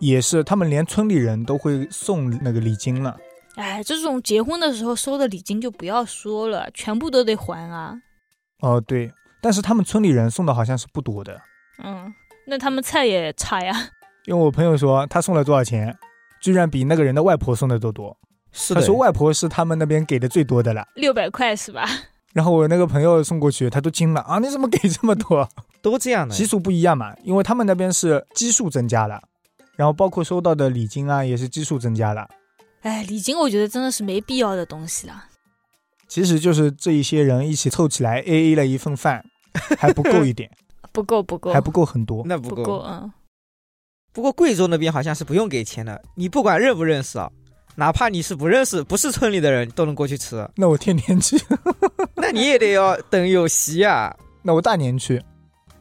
[SPEAKER 2] 也是，他们连村里人都会送那个礼金了。
[SPEAKER 3] 哎，这种结婚的时候收的礼金就不要说了，全部都得还啊。
[SPEAKER 2] 哦、对，但是他们村里人送的好像是不多的，
[SPEAKER 3] 嗯，那他们菜也差呀。
[SPEAKER 2] 因为我朋友说他送了多少钱，居然比那个人的外婆送的都多。
[SPEAKER 4] 是
[SPEAKER 2] 他说外婆是他们那边给的最多的了。
[SPEAKER 3] 六百块是吧？ [LAUGHS]
[SPEAKER 2] 然后我那个朋友送过去，他都惊了啊！你怎么给这么多？
[SPEAKER 4] 都这样的
[SPEAKER 2] 习。俗不一样嘛，因为他们那边是基数增加了，然后包括收到的礼金啊，也是基数增加了。
[SPEAKER 3] 哎，礼金我觉得真的是没必要的东西了。
[SPEAKER 2] 其实就是这一些人一起凑起来 A A 了一份饭，还不够一点，
[SPEAKER 3] 不够不够，
[SPEAKER 2] 还不够很多。。
[SPEAKER 4] 那不
[SPEAKER 3] 不够，嗯，
[SPEAKER 4] 不过贵州那边好像是不用给钱的，你不管认不认识啊，哪怕你是不认识、不是村里的人，都能过去吃
[SPEAKER 2] 那我天天去， [LAUGHS]
[SPEAKER 4] 那你也得要等有席啊。
[SPEAKER 2] 那我大年去，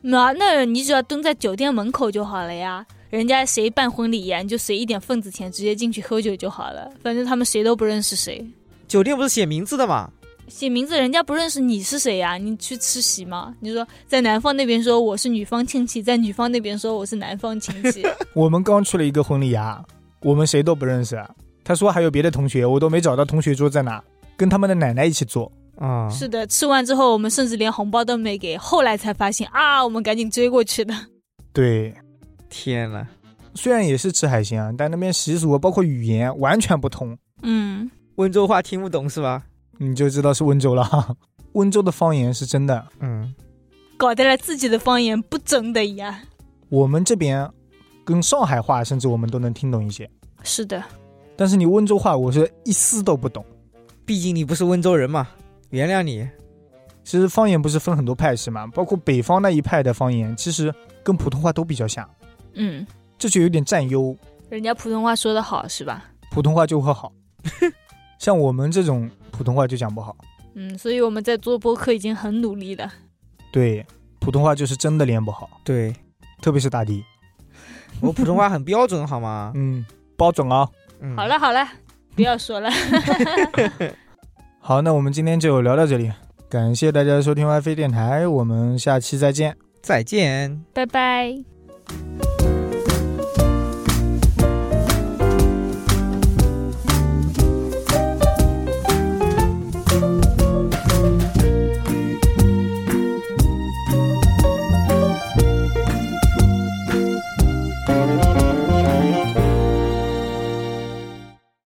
[SPEAKER 3] 那嗯啊那你只要蹲在酒店门口就好了呀。人家谁办婚礼呀，你就随一点份子钱，直接进去喝酒就好了。反正他们谁都不认识谁，
[SPEAKER 4] 酒店不是写名字的嘛？
[SPEAKER 3] 写名字人家不认识你是谁呀、你去吃席吗？你说在男方那边说我是女方亲戚，在女方那边说我是男方亲戚，
[SPEAKER 2] 我们刚去了一个婚礼啊，我们谁都不认识。啊他说还有别的同学，我都没找到同学桌在哪，跟他们的奶奶一起坐。
[SPEAKER 4] 啊、
[SPEAKER 3] 是的。吃完之后，我们甚至连红包都没给，后来才发现啊，我们赶紧追过去的。 [LAUGHS]
[SPEAKER 2] 对，
[SPEAKER 4] 天呐，
[SPEAKER 2] 虽然也是吃海鲜啊，但那边习俗包括语言啊完全不同，
[SPEAKER 3] 嗯，
[SPEAKER 4] 温州话听不懂是吧？
[SPEAKER 2] 你就知道是温州了。 [LAUGHS] 哈哈。温州的方言是真的，
[SPEAKER 4] 嗯，
[SPEAKER 3] 搞得来自己的方言不真的一样。
[SPEAKER 2] 我们这边跟上海话甚至我们都能听懂一些，
[SPEAKER 3] 是的，
[SPEAKER 2] 但是你温州话我是一丝都不懂。
[SPEAKER 4] 毕竟你不是温州人嘛，原谅你。
[SPEAKER 2] 其实方言不是分很多派系嘛，包括北方那一派的方言，其实跟普通话都比较像，
[SPEAKER 3] 嗯，
[SPEAKER 2] 这就有点占优，
[SPEAKER 3] 人家普通话说的好是吧？
[SPEAKER 2] 普通话就会好。 [LAUGHS] 像我们这种普通话就讲不好，
[SPEAKER 3] 嗯，所以我们在做播客已经很努力了。
[SPEAKER 2] 对，普通话就是真的练不好，
[SPEAKER 4] 对
[SPEAKER 2] 特别是大地，
[SPEAKER 4] 我普通话很标准，好吗？
[SPEAKER 2] 嗯，包准啊。
[SPEAKER 4] 嗯，
[SPEAKER 3] 好，了好了，不要说 [LAUGHS] 了，
[SPEAKER 2] 好，那我们今天就聊到这里，感谢大家收听 WiFi 电台，我们下期再见。
[SPEAKER 4] 再见。
[SPEAKER 3] 拜拜。